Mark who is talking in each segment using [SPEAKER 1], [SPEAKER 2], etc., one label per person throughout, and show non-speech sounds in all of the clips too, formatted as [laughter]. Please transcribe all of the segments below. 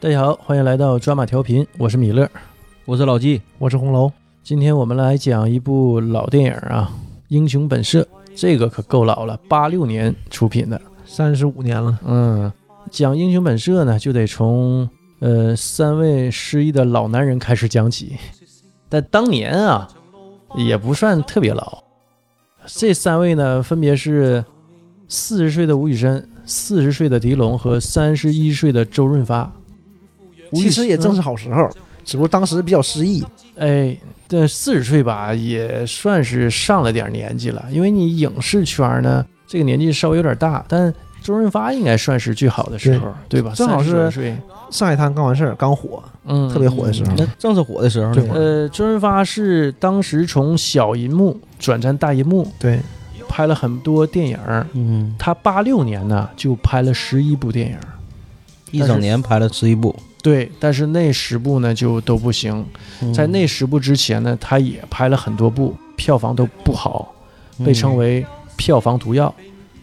[SPEAKER 1] 大家好，欢迎来到抓马调频，我是米勒，
[SPEAKER 2] 我是老纪，
[SPEAKER 3] 我是红楼。
[SPEAKER 1] 今天我们来讲一部老电影啊，《英雄本色》，这个可够老了，八六年出品的。
[SPEAKER 3] 三十五年了，
[SPEAKER 1] 嗯，讲《英雄本色》呢，就得从呃三位失意的老男人开始讲起。但当年啊，也不算特别老。这三位呢，分别是四十岁的吴宇森、四十岁的狄龙和三十一岁的周润发。吴宇
[SPEAKER 3] 其实也正是好时候，只不过当时比较失意。
[SPEAKER 1] 哎，这四十岁吧，也算是上了点年纪了。因为你影视圈呢，这个年纪稍微有点大，但周润发应该算是最好的时候，对吧？
[SPEAKER 3] 正好是
[SPEAKER 1] 32岁，
[SPEAKER 3] 上海滩刚完事儿，刚火，
[SPEAKER 1] 嗯，
[SPEAKER 3] 特别火的时候
[SPEAKER 1] 那
[SPEAKER 2] 正是火的时候那
[SPEAKER 3] 对
[SPEAKER 2] 会儿，
[SPEAKER 1] 呃，周润发是当时从小银幕转战大银幕，
[SPEAKER 3] 对，
[SPEAKER 1] 拍了很多电影儿。
[SPEAKER 2] 嗯，
[SPEAKER 1] 他八六年呢就拍了十一部电影儿，
[SPEAKER 2] 一整年拍了十一部，
[SPEAKER 1] 对，但是那十部呢就都不行。在那十部之前呢，他也拍了很多部，票房都不好。被
[SPEAKER 2] 嗯
[SPEAKER 1] 称为票房毒药，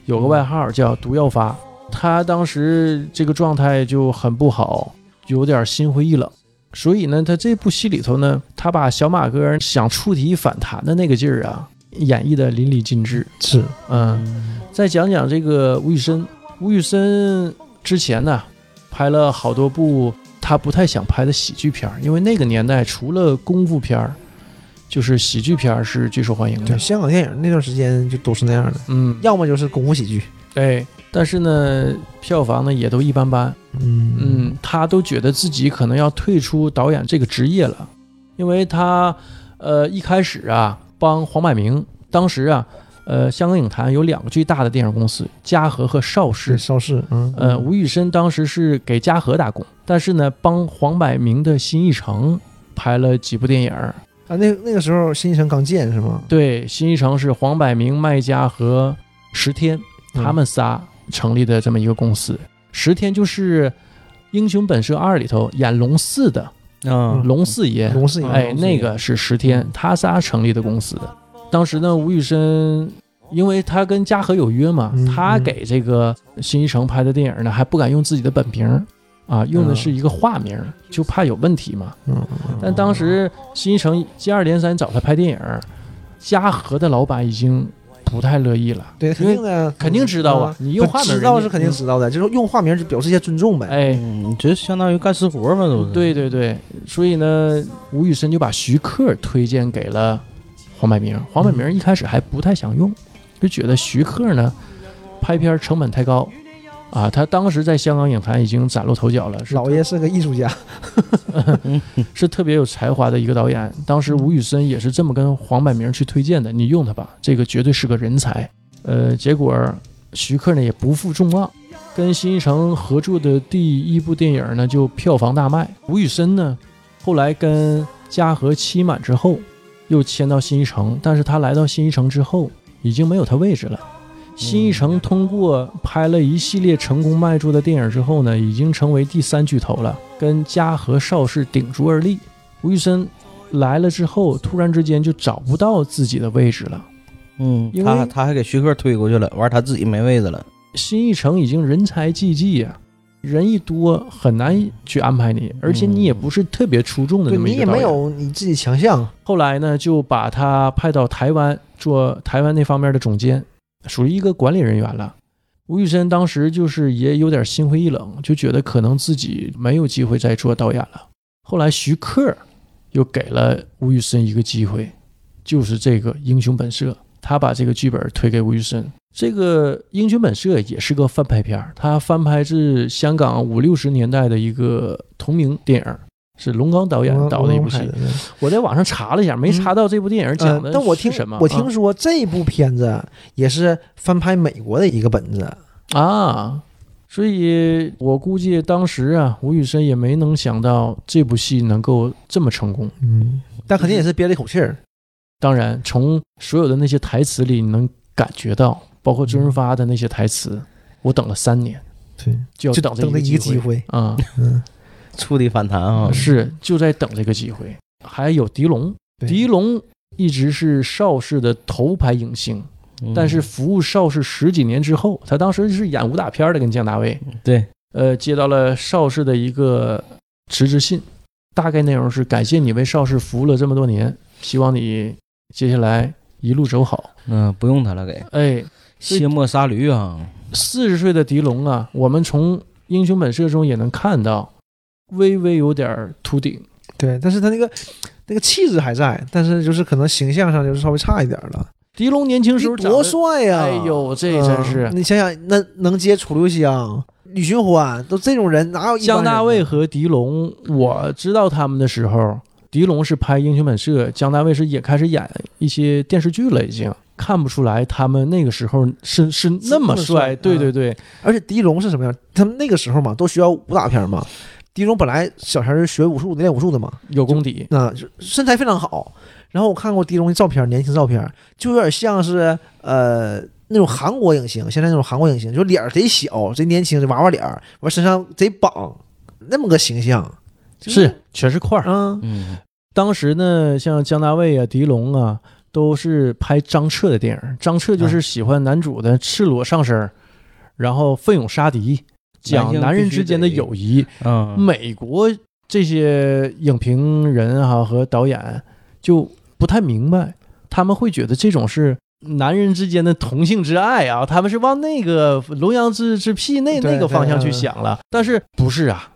[SPEAKER 1] 有个外号叫“毒药发”。他当时这个状态就很不好，有点心灰意冷。所以呢，他这部戏里头呢，他把小马哥想触底反弹的那个劲儿啊，演绎的淋漓尽致。
[SPEAKER 3] 是
[SPEAKER 1] 嗯，
[SPEAKER 2] 嗯
[SPEAKER 1] 再讲讲这个吴宇森。吴宇森之前呢，拍了好多部他不太想拍的喜剧片儿，因为那个年代除了功夫片儿，就是喜剧片儿是最受欢迎的
[SPEAKER 3] 对。香港电影那段时间就都是那样的，
[SPEAKER 1] 嗯，
[SPEAKER 3] 要么就是功夫喜剧。
[SPEAKER 1] 哎，但是呢，票房呢也都一般般。
[SPEAKER 3] 嗯
[SPEAKER 1] 嗯，他都觉得自己可能要退出导演这个职业了，因为他，呃，一开始啊帮黄百鸣，当时啊，呃，香港影坛有两个最大的电影公司，嘉禾和邵氏
[SPEAKER 3] 是。邵氏，嗯
[SPEAKER 1] 呃，吴宇森当时是给嘉禾打工，但是呢，帮黄百鸣的新艺城拍了几部电影儿。
[SPEAKER 3] 啊，那那个时候新一城刚建是吗？
[SPEAKER 1] 对，新艺城是黄百鸣、麦嘉和石天
[SPEAKER 3] 嗯
[SPEAKER 1] 他们仨成立的这么一个公司。石天就是《英雄本色二》里头演龙四的
[SPEAKER 3] 嗯
[SPEAKER 2] 啊，
[SPEAKER 1] 龙四爷，
[SPEAKER 3] 龙嗯氏也
[SPEAKER 1] 哎，
[SPEAKER 2] 龙四爷
[SPEAKER 1] 那个是石天，他仨成立的公司。当时呢，吴宇森。因为他跟嘉禾有约嘛，
[SPEAKER 3] 嗯
[SPEAKER 1] 他给这个新艺城拍的电影呢，还不敢用自己的本名儿啊，用的是一个化名儿，就怕有问题嘛。
[SPEAKER 3] 嗯，
[SPEAKER 1] 但当时新一城接二连三找他拍电影，嘉禾的老板已经不太乐意了，
[SPEAKER 3] 对，肯定的，
[SPEAKER 1] 肯定知道啊，
[SPEAKER 3] 嗯。
[SPEAKER 1] 你用化名
[SPEAKER 3] 知道是肯定知道的，就是用化名就表示一些尊重呗。
[SPEAKER 1] 嗯哎，
[SPEAKER 2] 嗯，这相当于干私活嘛，都是
[SPEAKER 1] 对对对，所以呢，吴宇森就把徐克推荐给了黄百鸣。黄百鸣一开始还不太想用，就觉得徐克呢拍片成本太高。啊，他当时在香港影坛已经崭露头角了，是
[SPEAKER 3] 老爷是个艺术家，
[SPEAKER 1] 是特别有才华的一个导演。当时吴宇森也是这么跟黄百鸣去推荐的，你用他吧，这个绝对是个人才。呃，结果徐克呢也不负众望，跟新艺城合作的第一部电影呢就票房大卖。吴宇森呢后来跟嘉禾期满之后，又迁到新艺城，但是他来到新艺城之后，已经没有他位置了。新艺城通过拍了一系列成功卖座的电影之后呢，已经成为第三巨头了，跟嘉禾、邵氏顶足而立。吴宇森来了之后，突然之间就找不到自己的位置了。
[SPEAKER 2] 嗯，
[SPEAKER 1] 因为
[SPEAKER 2] 他他还给徐克推过去了，完他自己没位子了，
[SPEAKER 1] 新艺城已经人才济济呀、人一多很难去安排你，而且你也不是特别出众的
[SPEAKER 3] 嗯对
[SPEAKER 1] 那么
[SPEAKER 3] 你
[SPEAKER 1] 一个
[SPEAKER 3] 也
[SPEAKER 1] 导
[SPEAKER 3] 没
[SPEAKER 1] 演。
[SPEAKER 3] 有你自己强项，
[SPEAKER 1] 后来呢，就把他派到台湾做台湾那方面的总监，属于一个管理人员了。吴宇森当时就是也有点心灰意冷，就觉得可能自己没有机会再做导演了。后来徐克又给了吴宇森一个机会，就是这个《英雄本色》，他把这个剧本推给吴宇森。这个《英雄本色》也是个翻拍片儿，它翻拍自香港五六十年代的一个同名电影，是龙刚导演
[SPEAKER 3] 龙
[SPEAKER 1] 导的一部戏
[SPEAKER 3] 龙。海对
[SPEAKER 1] 我在网上查了一下，没查到这部电影
[SPEAKER 3] 呃
[SPEAKER 1] 讲的、，
[SPEAKER 3] 但我听
[SPEAKER 1] 什么？啊
[SPEAKER 3] 我听说这部片子也是翻拍美国的一个本子，
[SPEAKER 1] 啊啊，所以我估计当时啊，吴宇森也没能想到这部戏能够这么成功。
[SPEAKER 3] 嗯，但肯定也是憋了一口气儿，
[SPEAKER 1] 当然，从所有的那些台词里，你能感觉到，包括周润发的那些台词，嗯我等了三年，
[SPEAKER 3] 对，
[SPEAKER 1] 就要
[SPEAKER 3] 就
[SPEAKER 1] 等这
[SPEAKER 3] 等着一
[SPEAKER 1] 个
[SPEAKER 3] 个机
[SPEAKER 1] 会嗯啊、
[SPEAKER 3] 会，嗯，
[SPEAKER 2] 触底反
[SPEAKER 1] [laughs]
[SPEAKER 2] 弹啊，
[SPEAKER 1] 是就在等这个机会。还有狄龙，
[SPEAKER 3] 对
[SPEAKER 1] 狄龙一直是邵氏的头牌影星，
[SPEAKER 2] 嗯
[SPEAKER 1] 但是服务邵氏十几年之后，他当时是演武打片儿的，跟姜大卫。
[SPEAKER 2] 嗯对，
[SPEAKER 1] 呃，接到了邵氏的一个辞职信，大概内容是感谢你为邵氏服务了这么多年，希望你接下来一路走好。
[SPEAKER 2] 嗯，不用他了，给
[SPEAKER 1] 哎，
[SPEAKER 2] 卸磨杀驴啊，
[SPEAKER 1] 四十岁的狄龙啊，我们从《英雄本色》中也能看到，微微有点儿秃顶。
[SPEAKER 3] 对，但是他那个那个气质还在，但是就是可能形象上就是稍微差一点了。
[SPEAKER 1] 狄龙年轻时候
[SPEAKER 3] 你
[SPEAKER 1] 长
[SPEAKER 3] 多
[SPEAKER 1] 得
[SPEAKER 3] 帅呀、
[SPEAKER 1] 哎呦，这真是、
[SPEAKER 3] 嗯你想想，那能接楚留香、李寻欢，都这种人，哪有一般
[SPEAKER 1] 姜
[SPEAKER 3] 人呢
[SPEAKER 1] 大卫？和狄龙，我知道他们的时候，狄龙是拍《英雄本色》，姜大卫是也开始演一些电视剧了，已经看不出来他们那个时候是是那么
[SPEAKER 3] 这么帅
[SPEAKER 1] 帅。对
[SPEAKER 3] 嗯
[SPEAKER 1] 对对，
[SPEAKER 3] 而且狄龙是什么样？他们那个时候嘛，都需要武打片嘛。狄龙本来小前儿是学武术、练武术的嘛，
[SPEAKER 1] 有功底。
[SPEAKER 3] 那、就身材非常好。然后我看过狄龙的照片，年轻照片，就有点像是呃那种韩国影星，现在那种韩国影星，就脸儿贼小、贼年轻、贼娃娃脸儿，完身上贼绑，那么个形象。就是
[SPEAKER 1] 全是块儿。
[SPEAKER 3] 嗯，
[SPEAKER 2] 嗯，
[SPEAKER 1] 当时呢，像姜大卫啊、狄龙啊，都是拍张彻的电影。张
[SPEAKER 3] 嗯
[SPEAKER 1] 彻就是喜欢男主的赤裸上身儿，然后奋勇杀敌，讲男人之间的友谊。
[SPEAKER 2] 嗯，
[SPEAKER 1] 美国这些影评人哈、和导演就不太明白，他们会觉得这种是男人之间的同性之爱啊， [laughs] 他们是往那个龙阳之之癖那
[SPEAKER 3] 对
[SPEAKER 1] 那个方向去想了，但是不是啊？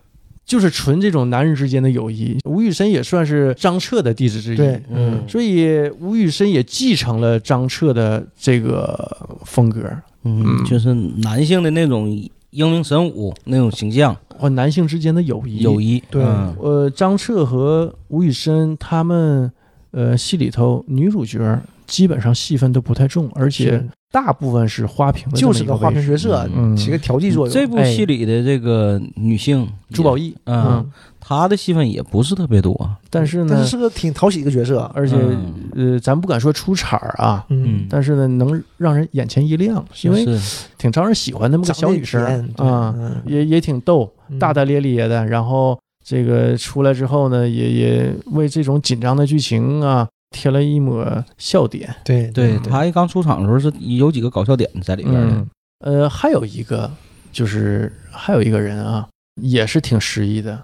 [SPEAKER 1] 就是纯这种男人之间的友谊，吴宇森也算是张彻的弟子之
[SPEAKER 3] 对
[SPEAKER 1] 一，
[SPEAKER 2] 嗯，
[SPEAKER 1] 所以吴宇森也继承了张彻的这个风格
[SPEAKER 2] 嗯，就是男性的那种英明神武那种形象，
[SPEAKER 1] 和哦男性之间的友谊。
[SPEAKER 2] 友谊，
[SPEAKER 3] 对
[SPEAKER 2] 嗯
[SPEAKER 1] 呃，张彻和吴宇森他们呃戏里头女主角基本上戏份都不太重，而且
[SPEAKER 3] 是
[SPEAKER 1] 大部分是花瓶的这么
[SPEAKER 3] 就
[SPEAKER 1] 一
[SPEAKER 3] 是
[SPEAKER 1] 个
[SPEAKER 3] 个花瓶
[SPEAKER 1] 位置
[SPEAKER 3] 角色，
[SPEAKER 1] 嗯
[SPEAKER 3] 起个调剂作用。
[SPEAKER 2] 这部戏里的这个女性
[SPEAKER 1] 哎朱宝，义，
[SPEAKER 2] 嗯，
[SPEAKER 1] 嗯
[SPEAKER 2] 她的戏份也不是特别多，
[SPEAKER 1] 但是
[SPEAKER 3] 但
[SPEAKER 1] 呢
[SPEAKER 3] 是，是个挺讨喜一个角色。
[SPEAKER 1] 而且
[SPEAKER 2] 嗯
[SPEAKER 1] 呃，咱不敢说出彩儿啊，
[SPEAKER 2] 嗯，
[SPEAKER 1] 但是呢，能让人眼前一亮，因为
[SPEAKER 2] 是
[SPEAKER 1] 挺招人喜欢那么个
[SPEAKER 3] 长
[SPEAKER 1] 小
[SPEAKER 3] 得
[SPEAKER 1] 女生
[SPEAKER 3] 甜对
[SPEAKER 1] 啊，
[SPEAKER 3] 嗯
[SPEAKER 1] 也也挺逗，
[SPEAKER 3] 嗯
[SPEAKER 1] 大大咧咧的，然后这个出来之后呢，也也为这种紧张的剧情啊添了一抹笑点。
[SPEAKER 3] 对
[SPEAKER 2] 对
[SPEAKER 3] 对
[SPEAKER 2] 她一刚出场的时候是有几个搞笑点在里边的
[SPEAKER 1] 嗯，呃，还有一个就是还有一个人啊，也是挺失意的。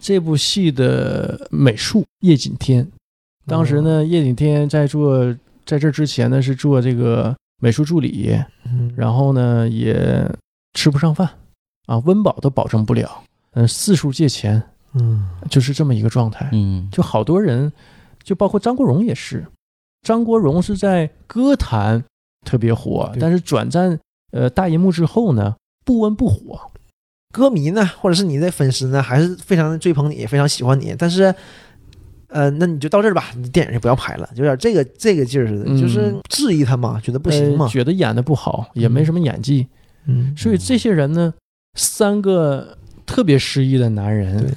[SPEAKER 1] 这部戏的美术叶锦添，当时呢，叶锦添在做在这之前呢是做这个美术助理，
[SPEAKER 3] 嗯
[SPEAKER 1] 然后呢也吃不上饭啊，温饱都保证不了，嗯、四处借钱，
[SPEAKER 3] 嗯
[SPEAKER 1] 就是这么一个状态。
[SPEAKER 2] 嗯，
[SPEAKER 1] 就好多人，就包括张国荣也是。张国荣是在歌坛特别火，
[SPEAKER 3] 对
[SPEAKER 1] 但是转战呃大银幕之后呢，不温不火。
[SPEAKER 3] 歌迷呢，或者是你的粉丝呢，还是非常的追捧你，非常喜欢你，但是。呃，那你就到这儿吧，你电影就不要拍了，有点这个这个劲儿似的，
[SPEAKER 1] 嗯
[SPEAKER 3] 就是质疑他嘛，觉得不行嘛
[SPEAKER 1] 呃，觉得演的不好，也没什么演技，
[SPEAKER 3] 嗯，
[SPEAKER 1] 所以这些人呢，三个特别失意的男人
[SPEAKER 3] 对，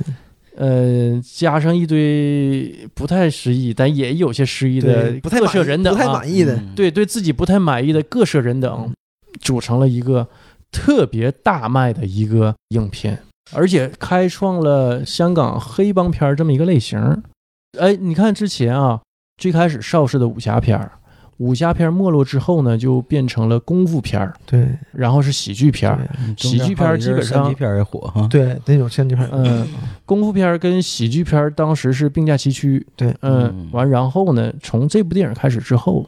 [SPEAKER 1] 呃，加上一堆不太失意，但也有些失意的
[SPEAKER 3] 对，不太
[SPEAKER 1] 各
[SPEAKER 3] 满
[SPEAKER 1] 色
[SPEAKER 3] 意，
[SPEAKER 1] 人等、啊，
[SPEAKER 3] 不太满意的，
[SPEAKER 2] 嗯，
[SPEAKER 1] 对对自己不太满意的各色人等，组成了一个特别大卖的一个影片，而且开创了香港黑帮片儿这么一个类型。哎，你看之前啊，最开始邵氏的武侠片儿，武侠片儿没落之后呢，就变成了功夫片儿，
[SPEAKER 3] 对
[SPEAKER 1] 然后是喜剧片嗯儿。
[SPEAKER 2] 嗯
[SPEAKER 1] 喜剧片儿基本上
[SPEAKER 2] 喜剧片儿也火哈，
[SPEAKER 3] 对，那种像这款，
[SPEAKER 1] 嗯、功夫片儿跟喜剧片儿当时是并驾齐驱。
[SPEAKER 3] 对
[SPEAKER 1] 嗯
[SPEAKER 2] 嗯，
[SPEAKER 1] 完，然后呢，从这部电影开始之后，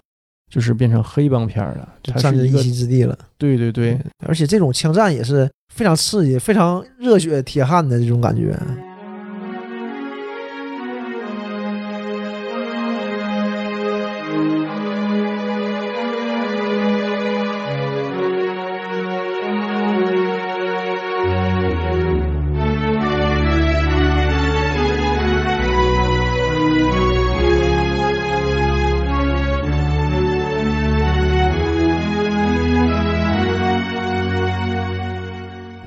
[SPEAKER 1] 就是变成黑帮片儿了，
[SPEAKER 3] 就
[SPEAKER 1] 它
[SPEAKER 3] 占着
[SPEAKER 1] 是一
[SPEAKER 3] 一嗯
[SPEAKER 1] 个
[SPEAKER 3] 席之地了。
[SPEAKER 1] 对对对，
[SPEAKER 3] 而且这种枪战也是非常刺激、非常热血铁汉的这种感觉。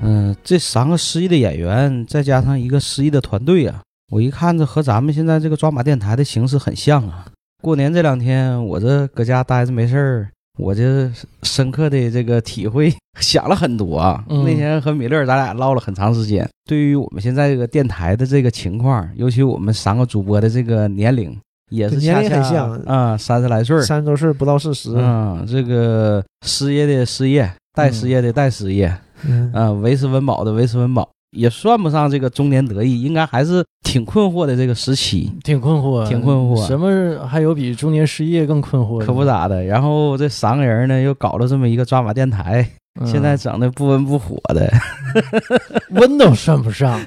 [SPEAKER 2] 嗯，这三个失忆的演员，再加上一个失忆的团队啊，我一看这和咱们现在这个抓马电台的形式很像啊。过年这两天，我这搁家待着没事儿，我这深刻的这个体会 [laughs] 想了很多啊。
[SPEAKER 1] 嗯
[SPEAKER 2] 那天和米勒儿咱俩唠了很长时间，对于我们现在这个电台的这个情况，尤其我们三个主播的这个年龄，也是
[SPEAKER 3] 对年龄
[SPEAKER 2] 恰恰
[SPEAKER 3] 很像
[SPEAKER 2] 啊，三十来岁儿，嗯
[SPEAKER 3] 三十多岁不到四十，
[SPEAKER 2] 嗯，这个失业的失业，待失业的待失业，
[SPEAKER 3] 嗯
[SPEAKER 2] 啊，维斯温饱的维斯温饱，也算不上这个中年得意，应该还是挺困惑的这个时期，
[SPEAKER 1] 挺困惑，
[SPEAKER 2] 挺困惑
[SPEAKER 1] 什么还有比中年失业更困惑的？
[SPEAKER 2] 可不咋的。然后这三个人呢，又搞了这么一个抓马电台，
[SPEAKER 1] 嗯
[SPEAKER 2] 现在整的不温不火的，
[SPEAKER 1] [laughs] 温都算不
[SPEAKER 2] [laughs]
[SPEAKER 1] 上，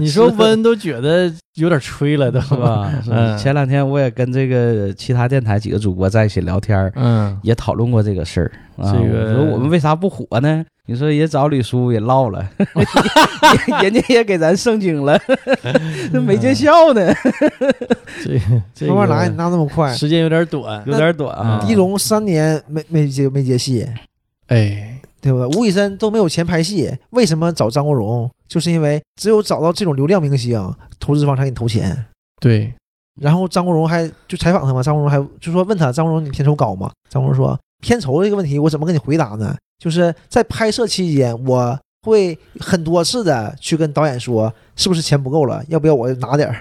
[SPEAKER 1] 你说
[SPEAKER 2] 是
[SPEAKER 1] 温都觉得有点吹了，都
[SPEAKER 2] 是？ [laughs] 吧？
[SPEAKER 1] 嗯
[SPEAKER 2] 前两天我也跟这个其他电台几个主播在一起聊天儿，
[SPEAKER 1] [laughs] 嗯，
[SPEAKER 2] 也讨论过这个事儿。啊、
[SPEAKER 1] 这个
[SPEAKER 2] 我说我们为啥不火呢？你说也找李叔也唠 [laughs] 了，人家也给咱圣经了， [laughs] 这没见效呢，
[SPEAKER 1] 这个这
[SPEAKER 3] 慢慢来，
[SPEAKER 1] 个
[SPEAKER 3] 你那那么快。
[SPEAKER 1] 时间有点短，
[SPEAKER 2] 有点短 [laughs] 啊。
[SPEAKER 3] 狄龙三年没没接没接戏，
[SPEAKER 1] 哎，
[SPEAKER 3] 对吧？吴宇森都没有钱拍戏，为什么找张国荣？就是因为只有找到这种流量明星，啊投资方才给你投钱。
[SPEAKER 1] 对，
[SPEAKER 3] 然后张国荣还就采访他嘛，张国荣还就说问他张国荣你片酬高吗？张国荣说片酬这个问题我怎么跟你回答呢？就是在拍摄期间，我会很多次的去跟导演说，是不是钱不够了？要不要我拿点儿？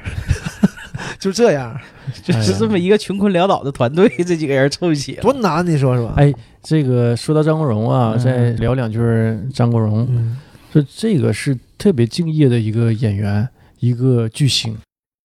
[SPEAKER 3] [laughs] 就这样，
[SPEAKER 2] 就是这么一个穷困潦倒的团队，这几个人凑一起了。
[SPEAKER 3] 多难，你说是吧？
[SPEAKER 1] 哎这个说到张国荣啊，
[SPEAKER 2] 嗯
[SPEAKER 1] 再聊两句儿张国荣，
[SPEAKER 3] 嗯，
[SPEAKER 1] 说这个是特别敬业的一个演员，一个巨星，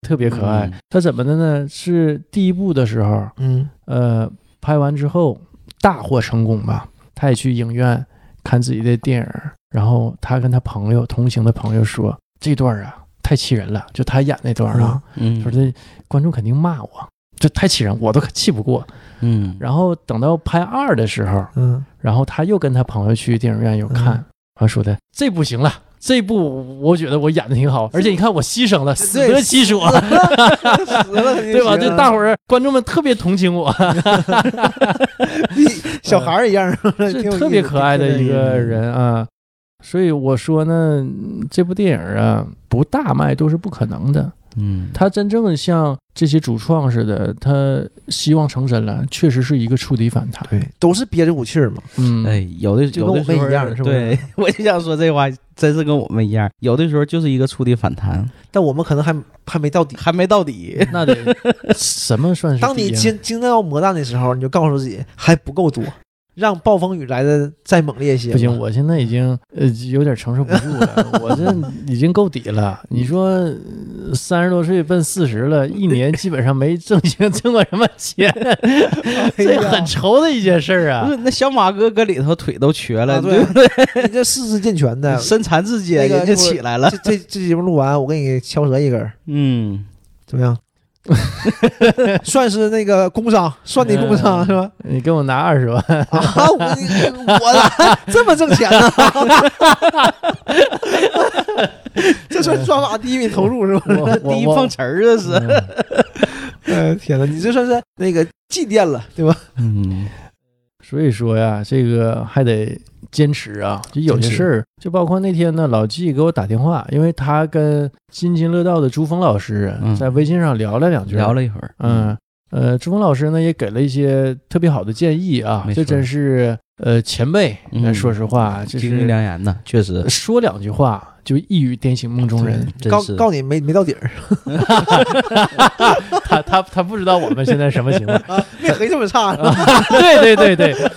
[SPEAKER 1] 特别可爱
[SPEAKER 2] 嗯。
[SPEAKER 1] 他怎么的呢？是第一部的时候，
[SPEAKER 3] 嗯
[SPEAKER 1] 呃，拍完之后大获成功吧，他也去影院看自己的电影儿，然后他跟他朋友同行的朋友说，这段儿啊太气人了，就他演那段儿啊，
[SPEAKER 2] 嗯
[SPEAKER 1] 说这观众肯定骂我，这太气人，我都气不过。
[SPEAKER 2] 嗯，
[SPEAKER 1] 然后等到拍二的时候，
[SPEAKER 3] 嗯 [laughs]
[SPEAKER 1] 然后他又跟他朋友去电影院又看，
[SPEAKER 3] 嗯
[SPEAKER 1] 完说的这不行了。这部我觉得我演的挺好，而且你看我牺牲了，死得其所，
[SPEAKER 3] 死了肯定
[SPEAKER 1] 对吧？
[SPEAKER 3] 行
[SPEAKER 1] 就
[SPEAKER 3] 啊
[SPEAKER 1] 大伙儿观众们特别同情我，
[SPEAKER 3] [laughs] 小孩儿一样， [laughs]
[SPEAKER 1] 呃
[SPEAKER 3] 挺有意
[SPEAKER 1] 是
[SPEAKER 3] 思
[SPEAKER 1] 特别可爱的一个。
[SPEAKER 3] 挺有意思
[SPEAKER 1] 人啊。所以我说呢，嗯这部电影啊，不大卖都是不可能的。
[SPEAKER 2] 嗯，
[SPEAKER 1] 他真正像这些主创似的，他希望成真了，确实是一个触底反弹。
[SPEAKER 3] 对，都是憋着股气儿嘛。
[SPEAKER 1] 嗯，
[SPEAKER 2] 哎，有的
[SPEAKER 3] 就
[SPEAKER 2] 有的
[SPEAKER 3] 跟我们
[SPEAKER 2] 时候
[SPEAKER 3] 一样是不是
[SPEAKER 2] 对，我就想说这话，真是跟我们一样，有的时候就是一个触底反弹，
[SPEAKER 3] 但我们可能还还没到底。
[SPEAKER 2] 还没到底。
[SPEAKER 1] 那
[SPEAKER 3] [laughs]
[SPEAKER 1] 得什么算是
[SPEAKER 3] 哎当你
[SPEAKER 1] 底呀啊
[SPEAKER 3] 经经历到磨难的时候，你就告诉自己还不够多，让暴风雨来的再猛烈一些吧。
[SPEAKER 1] 不行，我 [laughs] 现在已经呃有点承受不住了，我这已经够底了。你说三十多岁奔四十了，一年基本上没挣钱 [laughs] 挣过什么钱，
[SPEAKER 3] 哎
[SPEAKER 1] 这很愁的一件事儿
[SPEAKER 2] 不
[SPEAKER 1] 啊。
[SPEAKER 2] 是，那小马哥搁里头腿都瘸了，
[SPEAKER 3] 啊
[SPEAKER 2] 对
[SPEAKER 3] 对
[SPEAKER 2] 不对？，
[SPEAKER 3] 你这四肢健全的
[SPEAKER 2] 身残志
[SPEAKER 3] 那
[SPEAKER 2] 坚，
[SPEAKER 3] 个
[SPEAKER 2] 人家
[SPEAKER 3] 那会儿
[SPEAKER 2] 起来了。
[SPEAKER 3] 这这这节目录完，我给你敲折一根儿，
[SPEAKER 2] 嗯，
[SPEAKER 3] 怎么样？ [laughs] 算是那个工伤，算你工伤
[SPEAKER 1] 嗯
[SPEAKER 3] 是吧？
[SPEAKER 1] 你给我拿二十万，
[SPEAKER 3] 啊，我 [laughs] 我这么挣钱呢？ [laughs] 这算抓马第一笔投入是
[SPEAKER 2] [laughs]
[SPEAKER 3] 吧？
[SPEAKER 1] 我我
[SPEAKER 2] 第一碰瓷儿这是。
[SPEAKER 1] 嗯
[SPEAKER 3] [laughs] 哎，天哪，你这算是那个祭奠了，对吧？
[SPEAKER 2] 嗯
[SPEAKER 1] 所以说呀，这个还得坚持啊。就有些事儿，就包括那天呢，老纪给我打电话，因为他跟津津乐道的朱峰老师
[SPEAKER 2] 嗯
[SPEAKER 1] 在微信上聊了两句，
[SPEAKER 2] 聊了一会儿。
[SPEAKER 1] 嗯，呃，朱峰老师呢也给了一些特别好的建议啊
[SPEAKER 2] 没，错
[SPEAKER 1] 这真是呃前辈，
[SPEAKER 2] 嗯
[SPEAKER 1] 说实话，这
[SPEAKER 2] 金玉
[SPEAKER 1] 是
[SPEAKER 2] 良言呢，确实
[SPEAKER 1] 说两句话就一语点醒梦中人。
[SPEAKER 2] 真
[SPEAKER 3] 告
[SPEAKER 2] 是
[SPEAKER 3] 告你没没到底 [laughs] 儿，
[SPEAKER 1] [laughs] 他他他不知道我们现在什么情况，
[SPEAKER 3] 这黑这么差是吧？
[SPEAKER 1] [laughs] 对对对对，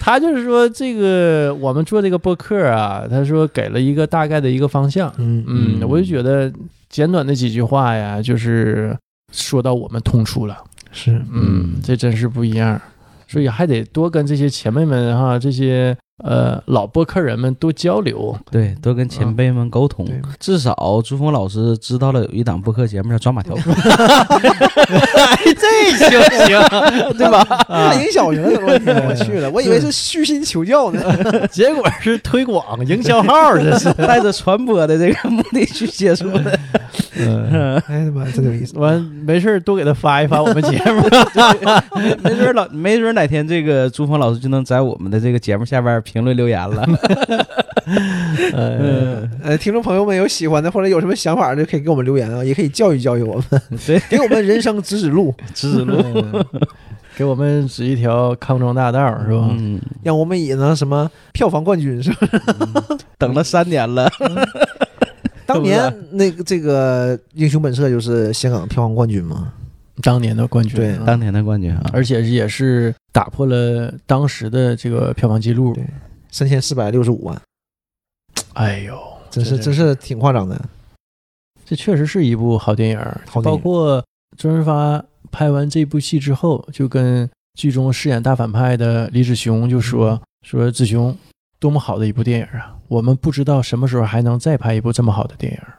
[SPEAKER 1] 他就是说这个我们做这个播客啊，他说给了一个大概的一个方向。
[SPEAKER 3] 嗯
[SPEAKER 1] 嗯，
[SPEAKER 2] 嗯
[SPEAKER 1] 我就觉得简短的几句话呀，就是说到我们痛处了。
[SPEAKER 3] 是，
[SPEAKER 1] 嗯，这真是不一样，所以还得多跟这些前辈们哈，这些呃老播客人们多交流。
[SPEAKER 2] 对，多跟前辈们沟通
[SPEAKER 3] 对。
[SPEAKER 2] 至少朱峰老师知道了有一档播客节目叫《抓马条客》，
[SPEAKER 1] 这行行，
[SPEAKER 3] 对吧？大营小营的问题，嗯我去 [laughs] 了，我以为是虚心求教呢。
[SPEAKER 1] [laughs] 结果是推广营销号，这是。
[SPEAKER 2] [laughs] 带着传播的这个目的去接触的。
[SPEAKER 1] [laughs] 嗯，
[SPEAKER 3] [laughs]
[SPEAKER 1] [laughs]
[SPEAKER 3] 哎他妈，真有意思！
[SPEAKER 1] 完没事儿多给他发一发我们节目。 [laughs]
[SPEAKER 2] 没准儿老，没准儿哪天这个朱峰老师就能在我们的这个节目下边评论留言了。
[SPEAKER 1] 嗯，
[SPEAKER 3] 呃，听众朋友们有喜欢的或者有什么想法的，可以给我们留言啊，也可以教育教育我 [laughs] 们，
[SPEAKER 1] 嗯
[SPEAKER 2] 对，
[SPEAKER 3] 给我们人生指指路，
[SPEAKER 2] 指指路，
[SPEAKER 1] [laughs] 给我们指一条康庄大道是吧？
[SPEAKER 2] 嗯，
[SPEAKER 3] 让我们也能什么票房冠军是吧？
[SPEAKER 2] [laughs] 等了三年了，
[SPEAKER 3] 当年那个这个《英雄本色》就是香港票房冠军嘛，
[SPEAKER 1] 当年的冠军，
[SPEAKER 3] 对
[SPEAKER 1] 嗯
[SPEAKER 2] 当年的冠军啊，
[SPEAKER 1] 而且也是打破了当时的这个票房记录
[SPEAKER 3] 对。三千四百六十五万，
[SPEAKER 1] 哎呦，
[SPEAKER 3] 真是
[SPEAKER 1] 这
[SPEAKER 3] 真是挺夸张的。
[SPEAKER 1] 这确实是一部好电影儿，
[SPEAKER 3] 好电
[SPEAKER 1] 包
[SPEAKER 3] 影
[SPEAKER 1] 括周润发拍完这部戏之后，就跟剧中饰演大反派的李子雄就
[SPEAKER 3] 嗯
[SPEAKER 1] 说：“说子雄，多么好的一部电影儿啊！我们不知道什么时候还能再拍一部这么好的电影儿。”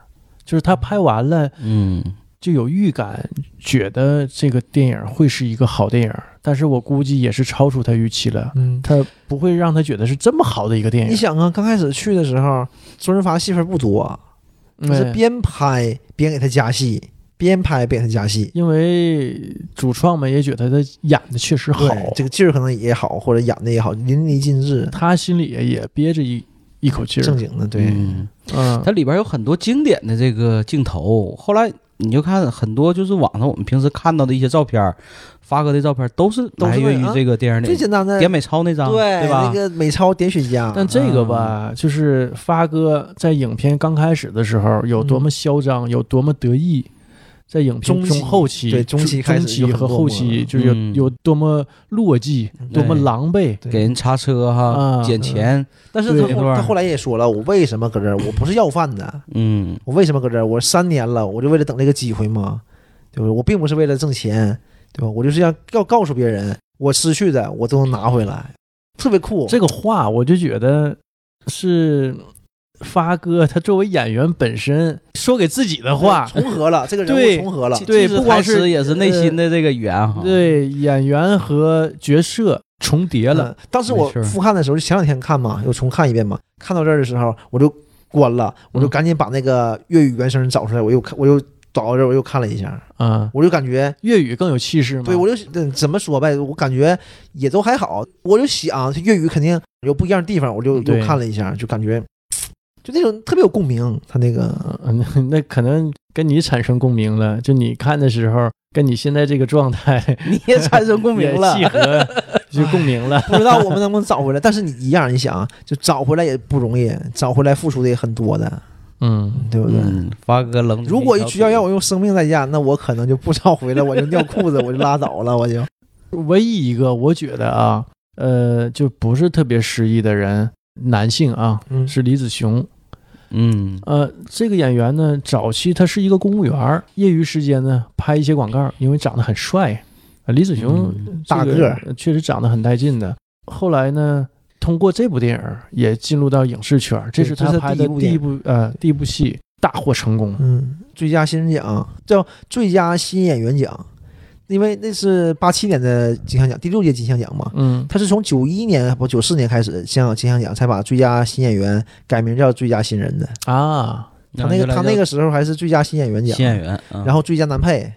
[SPEAKER 1] 就是他拍完了
[SPEAKER 2] [laughs] 嗯，
[SPEAKER 1] 就有预感，觉得这个电影会是一个好电影儿，但是我估计也是超出他预期了，
[SPEAKER 3] 嗯，
[SPEAKER 1] 他不会让他觉得是这么好的一个电影。
[SPEAKER 3] 你想啊，刚开始去的时候，周润发戏份不多，他
[SPEAKER 1] 哎
[SPEAKER 3] 是边拍边给他加戏，边拍边给他加戏。
[SPEAKER 1] 因为主创们也觉得他演的确实好，
[SPEAKER 3] 哎对这个劲儿可能也好，或者演的也好，淋漓尽致，
[SPEAKER 1] 他心里也憋着一一口气
[SPEAKER 3] 正
[SPEAKER 1] 儿。
[SPEAKER 3] 经的。对，
[SPEAKER 2] 嗯
[SPEAKER 1] 嗯，
[SPEAKER 2] 它里边有很多经典的这个镜头。后来你就看很多就是网上我们平时看到的一些照片儿，发哥的照片儿都是
[SPEAKER 3] 都是
[SPEAKER 2] 来源于
[SPEAKER 3] 啊
[SPEAKER 2] 这个电影
[SPEAKER 3] 最
[SPEAKER 2] 里。
[SPEAKER 3] 简单的，
[SPEAKER 2] 点美超那张，
[SPEAKER 3] 对
[SPEAKER 2] 对吧
[SPEAKER 3] 那？个美超点雪茄，
[SPEAKER 1] 但这个
[SPEAKER 3] 啊
[SPEAKER 1] 吧，就是发哥在影片刚开始的时候有多么嚣张，有多么得意，在影片
[SPEAKER 3] 中期
[SPEAKER 1] 中后期，
[SPEAKER 3] 对中
[SPEAKER 1] 中
[SPEAKER 3] 期开始就
[SPEAKER 1] 期
[SPEAKER 3] 很
[SPEAKER 1] 和
[SPEAKER 3] 落
[SPEAKER 1] 后
[SPEAKER 3] 寞
[SPEAKER 1] 期
[SPEAKER 3] 了嗯
[SPEAKER 1] 就有
[SPEAKER 2] 嗯
[SPEAKER 1] 有多么落寂，多么
[SPEAKER 2] 对
[SPEAKER 1] 狼狈。
[SPEAKER 3] 对
[SPEAKER 2] 给人擦车
[SPEAKER 1] 啊
[SPEAKER 2] 哈，捡钱，
[SPEAKER 3] 但是他
[SPEAKER 2] 对
[SPEAKER 3] 后
[SPEAKER 2] 那段儿
[SPEAKER 3] 他后来也说了，我为什么搁这儿？我不是要饭的，
[SPEAKER 2] 嗯
[SPEAKER 3] 我为什么搁这儿？我三年了，我就为了等这个机会嘛，对吧？我并不是为了挣钱，对吧？我就是要要告诉别人，我失去的我都能拿回来，特别酷。
[SPEAKER 1] 这个话，我就觉得是发哥他作为演员本身说给自己的话。
[SPEAKER 3] 啊重合了，这个
[SPEAKER 1] 对
[SPEAKER 3] 人物重合了，
[SPEAKER 1] 对
[SPEAKER 2] 其实
[SPEAKER 1] 不光
[SPEAKER 2] 台
[SPEAKER 1] 是呃
[SPEAKER 2] 词也是内心的这个语言哈。，
[SPEAKER 1] 对演员和角色重叠了，
[SPEAKER 3] 嗯当时我
[SPEAKER 2] 没事儿
[SPEAKER 3] 复看的时候，前两天看嘛，又重看一遍嘛。看到这儿的时候，我就关了，我
[SPEAKER 1] 嗯
[SPEAKER 3] 就赶紧把那个粤语原声找出来，我又看，我又找到这儿，我又看了一下，
[SPEAKER 2] 嗯
[SPEAKER 1] 啊，
[SPEAKER 3] 我就感觉，
[SPEAKER 1] 粤语更有气势嘛。
[SPEAKER 3] 对我就嗯怎么说呗，我感觉也都还好。我就想粤语肯定有不一样的地方，我就
[SPEAKER 1] 对
[SPEAKER 3] 又看了一下，就感觉就那种特别有共鸣，他那个
[SPEAKER 1] 嗯，那 [laughs] 那可能跟你产生共鸣了，就你看的时候，跟你现在这个状态
[SPEAKER 2] 你也产生 [laughs] 共
[SPEAKER 1] [laughs]
[SPEAKER 2] 鸣了
[SPEAKER 1] 也契。合，就共鸣
[SPEAKER 2] [laughs]
[SPEAKER 1] 了。
[SPEAKER 3] 不知道我们能不能找回来。但是你一样，你想啊就找回来也不容易，找回来付出的也很多的，
[SPEAKER 1] 嗯，
[SPEAKER 3] 对不对？
[SPEAKER 2] 嗯，发哥冷。
[SPEAKER 3] 如果需要让我用生命代价，那我可能就不找回来，我就尿裤子，我就拉倒了，我就。
[SPEAKER 1] 唯一一个我觉得啊，呃，就不是特别失意的人，男性啊，
[SPEAKER 3] 嗯
[SPEAKER 1] 是李子雄。
[SPEAKER 2] 嗯
[SPEAKER 1] 呃，这个演员呢，早期他是一个公务员儿，业余时间呢拍一些广告，因为长得很帅。呃李子雄
[SPEAKER 2] 嗯
[SPEAKER 1] 这
[SPEAKER 3] 大个儿
[SPEAKER 1] 呃确实长得很带劲的。后来呢，通过这部电影儿也进入到影视圈儿，这
[SPEAKER 3] 对
[SPEAKER 1] 是
[SPEAKER 3] 这
[SPEAKER 1] 他
[SPEAKER 3] 是
[SPEAKER 1] 拍
[SPEAKER 3] 第
[SPEAKER 1] 的
[SPEAKER 3] 一部
[SPEAKER 1] 第一部呃第一部戏，大获成功。
[SPEAKER 3] 嗯，最佳新人奖叫最佳新演员奖，因为那是八七年的金像奖，第六届金像奖嘛。
[SPEAKER 1] 嗯，
[SPEAKER 3] 他是从九一年不九四年开始，像金像奖才把最佳新演员改名叫最佳新人的。
[SPEAKER 1] 啊，
[SPEAKER 3] 他那个他那个时候还是最佳新演员奖，
[SPEAKER 2] 新演员，
[SPEAKER 3] 然后最佳男配。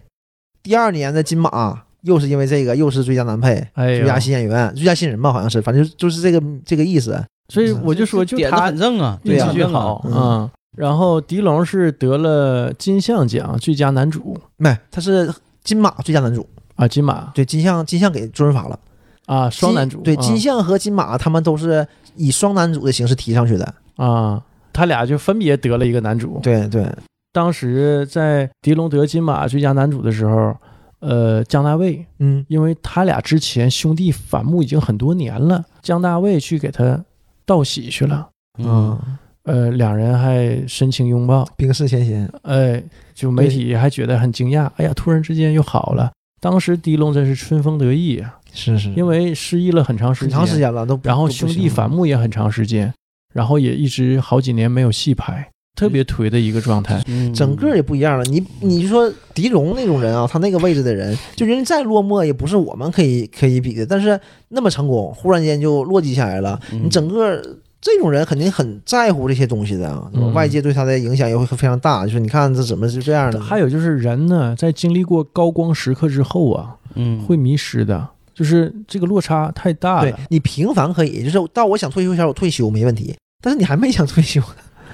[SPEAKER 3] 第二年的金马又是因为这个，又是最佳男配、
[SPEAKER 1] 哎
[SPEAKER 3] 最
[SPEAKER 1] 呦，
[SPEAKER 3] 佳新演员、最佳新人吧，好像是，反正就是这个这个意思。嗯
[SPEAKER 1] 所以我就说，就
[SPEAKER 2] 点子
[SPEAKER 1] 他
[SPEAKER 2] 很正啊，
[SPEAKER 1] 运
[SPEAKER 3] 对呀
[SPEAKER 1] 气
[SPEAKER 2] 呀，
[SPEAKER 1] 巨好，
[SPEAKER 3] 嗯
[SPEAKER 1] 嗯。然后狄龙是得了金像奖最佳男主
[SPEAKER 3] 没，他是金马最佳男主，
[SPEAKER 1] 啊，金马
[SPEAKER 3] 对，金像金像给周润发了
[SPEAKER 1] 啊，双男主
[SPEAKER 3] 金对，
[SPEAKER 1] 啊
[SPEAKER 3] 金像和金马他们都是以双男主的形式提上去的，
[SPEAKER 1] 啊，他俩就分别得了一个男主。
[SPEAKER 3] 对对，
[SPEAKER 1] 当时在狄龙得金马最佳男主的时候，呃，姜大卫
[SPEAKER 3] 嗯，
[SPEAKER 1] 因为他俩之前兄弟反目已经很多年了，姜大卫去给他道喜去了，
[SPEAKER 2] 嗯，
[SPEAKER 3] 啊，
[SPEAKER 1] 呃，两人还深情拥抱，
[SPEAKER 3] 冰释前嫌，
[SPEAKER 1] 哎，就媒体还觉得很惊讶，哎呀，突然之间又好了。当时狄龙真是春风得意啊，
[SPEAKER 3] 是是
[SPEAKER 1] 因为失忆了很长时
[SPEAKER 3] 很
[SPEAKER 1] 间，
[SPEAKER 3] 长时间了都不，
[SPEAKER 1] 然后
[SPEAKER 3] 都不
[SPEAKER 1] 兄
[SPEAKER 3] 行
[SPEAKER 1] 弟
[SPEAKER 3] 了
[SPEAKER 1] 反目也很长时间，然后也一直好几年没有戏拍，特别颓的一个状态。
[SPEAKER 2] 嗯
[SPEAKER 3] 整个也不一样了。你你就说狄龙那种人啊，他那个位置的人，就人家再落寞也不是我们可以可以比的。但是那么成功，忽然间就落地下来了，
[SPEAKER 2] 嗯
[SPEAKER 3] 你整个这种人肯定很在乎这些东西的啊，对吧
[SPEAKER 1] 嗯
[SPEAKER 3] 外界对他的影响也会非常大。就是你看这怎么是这样的？
[SPEAKER 1] 还有就是人呢，在经历过高光时刻之后啊，
[SPEAKER 2] 嗯
[SPEAKER 1] 会迷失的，就是这个落差太大
[SPEAKER 3] 对
[SPEAKER 1] 了。
[SPEAKER 3] 你平凡可以，就是到我想退休前我退休没问题，但是你还没想
[SPEAKER 1] [laughs]
[SPEAKER 3] 退休，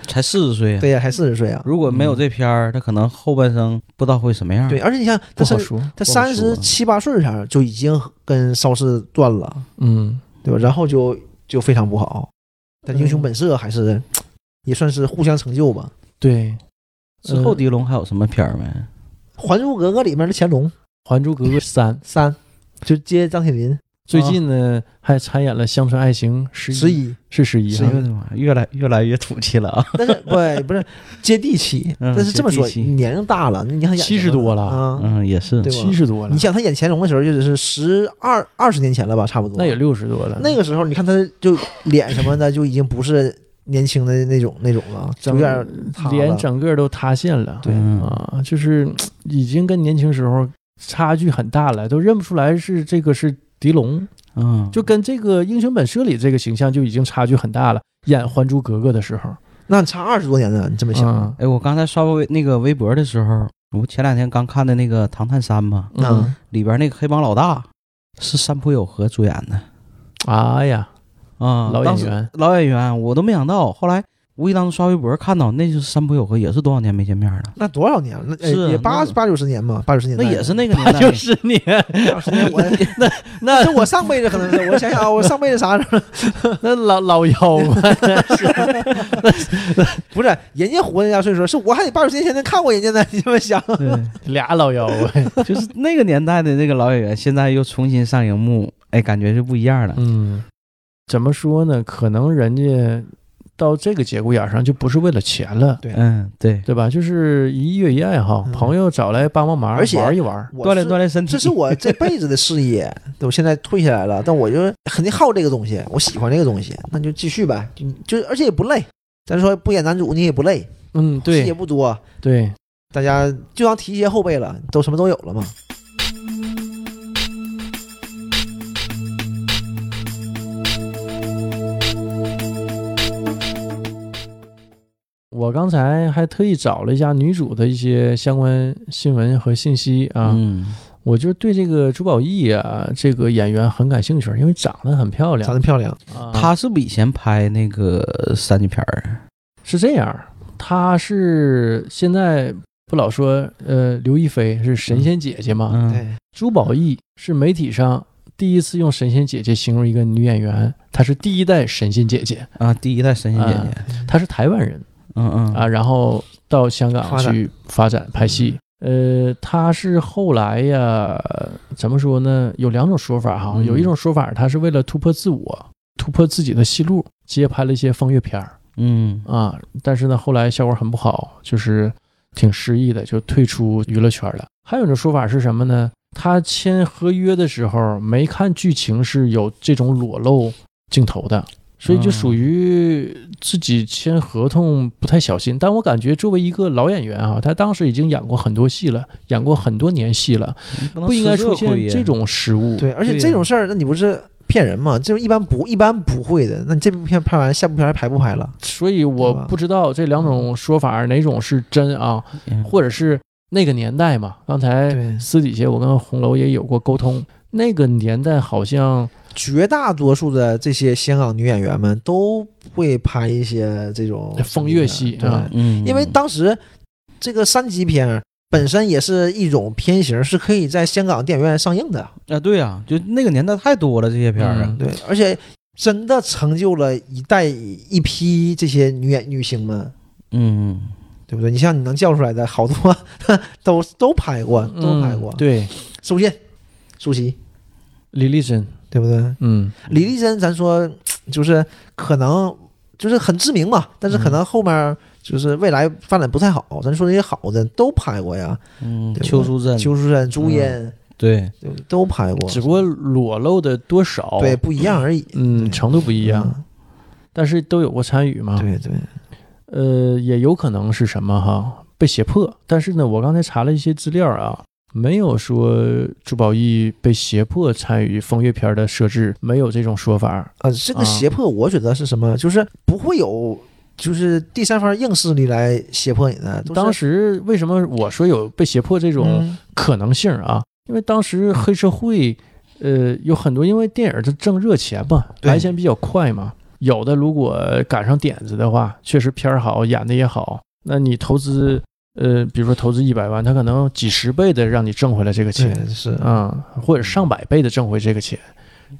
[SPEAKER 2] 才四十岁，
[SPEAKER 3] 对呀、还四十岁啊。
[SPEAKER 1] 嗯
[SPEAKER 2] 如果没有这片儿，他可能后半生不知道会什么样。
[SPEAKER 3] 对，，而且你像
[SPEAKER 1] 不
[SPEAKER 3] 他
[SPEAKER 1] 好
[SPEAKER 3] 三
[SPEAKER 1] 说，
[SPEAKER 3] 他
[SPEAKER 2] 不好
[SPEAKER 3] 三
[SPEAKER 2] 说
[SPEAKER 3] 十七八岁前就已经跟邵氏断了，
[SPEAKER 1] 嗯，
[SPEAKER 3] 对吧？然后就就非常不好。但英雄本色还是、也算是互相成就吧。
[SPEAKER 1] 对。呃
[SPEAKER 2] 之后狄龙还有什么片儿没？
[SPEAKER 3] 《还珠格格》里面的乾隆啊
[SPEAKER 1] 《还珠格格三》
[SPEAKER 3] 三，就接张铁林，
[SPEAKER 1] 最近呢，还参演了《乡村爱情》十
[SPEAKER 3] 十
[SPEAKER 1] 一，
[SPEAKER 3] 一，
[SPEAKER 1] 是十一
[SPEAKER 2] 哎
[SPEAKER 1] 哈
[SPEAKER 2] 呦我。的妈，越来越来越土气了啊！
[SPEAKER 3] 但是 [laughs] 不不是接地气，
[SPEAKER 2] 嗯
[SPEAKER 3] 但是这么说，
[SPEAKER 2] 接地气
[SPEAKER 3] 你年龄大了，你想演
[SPEAKER 1] 70多了
[SPEAKER 3] 啊，
[SPEAKER 2] 嗯，也是
[SPEAKER 3] 对，吧
[SPEAKER 1] 七十多了
[SPEAKER 3] 你，想他演乾隆的时候，就是十二二十年前了吧，差不多。
[SPEAKER 1] 那也六十多了，
[SPEAKER 3] 那个时候，你看他就脸什么的，就已经不是年轻的那种那种了，就
[SPEAKER 1] 整
[SPEAKER 3] 有点塌了
[SPEAKER 1] 脸整个都塌陷了。
[SPEAKER 3] 对
[SPEAKER 2] 嗯
[SPEAKER 1] 啊，就是嘖已经跟年轻时候差距很大了，都认不出来是这个是狄龙，
[SPEAKER 2] 嗯，
[SPEAKER 1] 就跟这个《英雄本色》里这个形象就已经差距很大了。演《还珠格格》的时候，
[SPEAKER 3] 那差二十多年呢，你这么想？
[SPEAKER 1] 啊，
[SPEAKER 2] 哎，我刚才刷微那个微博的时候，我前两天刚看的那个《唐探三》嘛，
[SPEAKER 1] 嗯，
[SPEAKER 2] 里边那个黑帮老大是山坡友和主演的
[SPEAKER 1] 哎呀，
[SPEAKER 2] 啊，
[SPEAKER 1] 老演
[SPEAKER 2] 当时
[SPEAKER 1] 员，
[SPEAKER 2] 老演员，我都没想到。后来无意当中刷微博看到，那就是山坡友和，也是多少年没见面了，
[SPEAKER 3] 那多少年了？那哎
[SPEAKER 2] 是啊
[SPEAKER 3] 也八
[SPEAKER 2] 那
[SPEAKER 3] 八九十年嘛，八九十年
[SPEAKER 2] 那
[SPEAKER 3] 代
[SPEAKER 2] 也是
[SPEAKER 3] [laughs]
[SPEAKER 2] 那个年
[SPEAKER 1] 那 [laughs]
[SPEAKER 2] 代，
[SPEAKER 1] 就是你，
[SPEAKER 3] 八九十年，我
[SPEAKER 1] 那
[SPEAKER 3] 这我上辈子可能是，我想想啊，我上辈子啥时候？
[SPEAKER 1] 那老老妖啊怪，
[SPEAKER 3] 不是人家活人家岁数，是我还得八九十年前能看过人家呢，你这么想？
[SPEAKER 2] [laughs] [laughs] 对，
[SPEAKER 1] [laughs] 俩老妖啊
[SPEAKER 3] [laughs]
[SPEAKER 1] 怪，
[SPEAKER 2] 就是那个年代的那个老演员，现在又重新上荧幕，哎，感觉就不一样了。
[SPEAKER 1] 嗯，怎么说呢？可能人家到这个节骨眼上就不是为了钱了。
[SPEAKER 3] 对
[SPEAKER 2] 嗯，对，
[SPEAKER 1] 对吧？就是一乐一爱哈，
[SPEAKER 3] 嗯
[SPEAKER 1] 朋友找来帮帮忙，
[SPEAKER 3] 而且
[SPEAKER 1] 玩一玩。
[SPEAKER 3] 我
[SPEAKER 2] 锻炼
[SPEAKER 3] 是
[SPEAKER 2] [laughs] 锻炼身体，
[SPEAKER 3] 这是我这辈子的事业，对我现在退下来了，但我就肯定好这个东西，我喜欢这个东西，那就继续呗，就就而且也不累。咱说不演男主你也不累，
[SPEAKER 1] 嗯，
[SPEAKER 3] 戏也
[SPEAKER 1] 对
[SPEAKER 3] 不多，
[SPEAKER 1] 对，
[SPEAKER 3] 大家就当提携后辈了，都什么都有了嘛。
[SPEAKER 1] 我刚才还特意找了一下女主的一些相关新闻和信息啊，
[SPEAKER 2] 嗯，
[SPEAKER 1] 我就对这个朱宝意啊这个演员很感兴趣，因为长得很漂亮
[SPEAKER 3] 长。得漂亮，
[SPEAKER 1] 啊
[SPEAKER 2] 他是不是以前拍那个三级片儿？
[SPEAKER 1] 是这样，她是现在不老说呃刘亦菲是神仙姐姐嘛，
[SPEAKER 2] 嗯，
[SPEAKER 3] 啊对，
[SPEAKER 1] 朱宝意是媒体上第一次用神仙姐姐形容一个女演员，她是第一代神仙姐姐，
[SPEAKER 2] 啊，第一代神仙姐姐，
[SPEAKER 3] 啊
[SPEAKER 1] 她是台湾人。
[SPEAKER 2] 嗯嗯
[SPEAKER 1] 啊，，然后到香港
[SPEAKER 3] 发展
[SPEAKER 1] 去发展拍戏。呃，他是后来呀，怎么说呢？有两种说法哈，
[SPEAKER 2] 嗯
[SPEAKER 1] 有一种说法他是为了突破自我，突破自己的戏路，接拍了一些风月片儿
[SPEAKER 2] 嗯
[SPEAKER 1] 啊，但是呢，后来效果很不好，就是挺失意的，就退出娱乐圈了。还有一种说法是什么呢？他签合约的时候没看剧情是有这种裸露镜头的，所以
[SPEAKER 3] 嗯
[SPEAKER 1] 就属于自己签合同不太小心。但我感觉作为一个老演员啊，他当时已经演过很多戏了，演过很多年戏了，
[SPEAKER 2] 不
[SPEAKER 1] 不应该出现这。种失误。
[SPEAKER 3] 对，而且
[SPEAKER 2] 对呀
[SPEAKER 3] 这种事儿，那你不是骗人嘛？这种一般不一般不会的。那你这部片拍完，下部片还拍不拍了？
[SPEAKER 1] 所以我
[SPEAKER 3] 对吧
[SPEAKER 1] 不知道这两种说法哪种是真啊，或者是那个年代嘛。刚才
[SPEAKER 3] 对，
[SPEAKER 1] 私底下我跟红楼也有过沟通，那个年代好像
[SPEAKER 3] 绝大多数的这些香港女演员们都会拍一些这种
[SPEAKER 1] 哎风月戏
[SPEAKER 3] 对，
[SPEAKER 1] 啊
[SPEAKER 2] 嗯，
[SPEAKER 3] 因为当时这个三级片儿本身也是一种片型，是可以在香港电影院上映的。
[SPEAKER 2] 啊，对啊，就那个年代太多了这些片儿啊
[SPEAKER 1] 嗯，
[SPEAKER 3] 对，而且真的成就了一代一批这些女演女星们，
[SPEAKER 2] 嗯，
[SPEAKER 3] 对不对？你像你能叫出来的好多 [laughs] 都都拍过，都拍过
[SPEAKER 1] 嗯。对，
[SPEAKER 3] 苏欣、舒淇，
[SPEAKER 1] 李丽珍，
[SPEAKER 3] 对不对？
[SPEAKER 1] 嗯，
[SPEAKER 3] 李丽珍，咱说就是可能就是很知名嘛，但是
[SPEAKER 1] 嗯
[SPEAKER 3] 可能后面就是未来发展不太好。咱说这些好的都拍过呀，
[SPEAKER 2] 嗯，
[SPEAKER 3] 对吧
[SPEAKER 2] 邱淑贞，
[SPEAKER 3] 邱淑贞、朱茵，
[SPEAKER 2] 对，
[SPEAKER 3] 对不对都拍过，
[SPEAKER 1] 嗯只不过裸露的多少，
[SPEAKER 3] 对，不一样而已。
[SPEAKER 1] 嗯，
[SPEAKER 3] 对
[SPEAKER 1] 程度不一样。啊但是都有过参与嘛
[SPEAKER 3] 嗯，。对对，
[SPEAKER 1] 呃，也有可能是什么哈，被胁迫。但是呢，我刚才查了一些资料啊，没有说朱宝意被胁迫参与风月片的设置，没有这种说法。
[SPEAKER 3] 啊，这
[SPEAKER 1] 啊
[SPEAKER 3] 个胁迫，我觉得是什么？就是不会有，就是第三方硬势力来胁迫你的。都是
[SPEAKER 1] 当时为什么我说有被胁迫这种
[SPEAKER 3] 嗯
[SPEAKER 1] 可能性啊？因为当时黑社会，呃，有很多因为电影它挣热钱嘛，
[SPEAKER 3] 对
[SPEAKER 1] 来钱比较快嘛。有的如果赶上点子的话，确实片儿好，演的也好，那你投资，呃，比如说投资一百万，他可能几十倍的让你挣回来这个钱。
[SPEAKER 3] 对是
[SPEAKER 1] 啊、或者上百倍的挣回这个钱，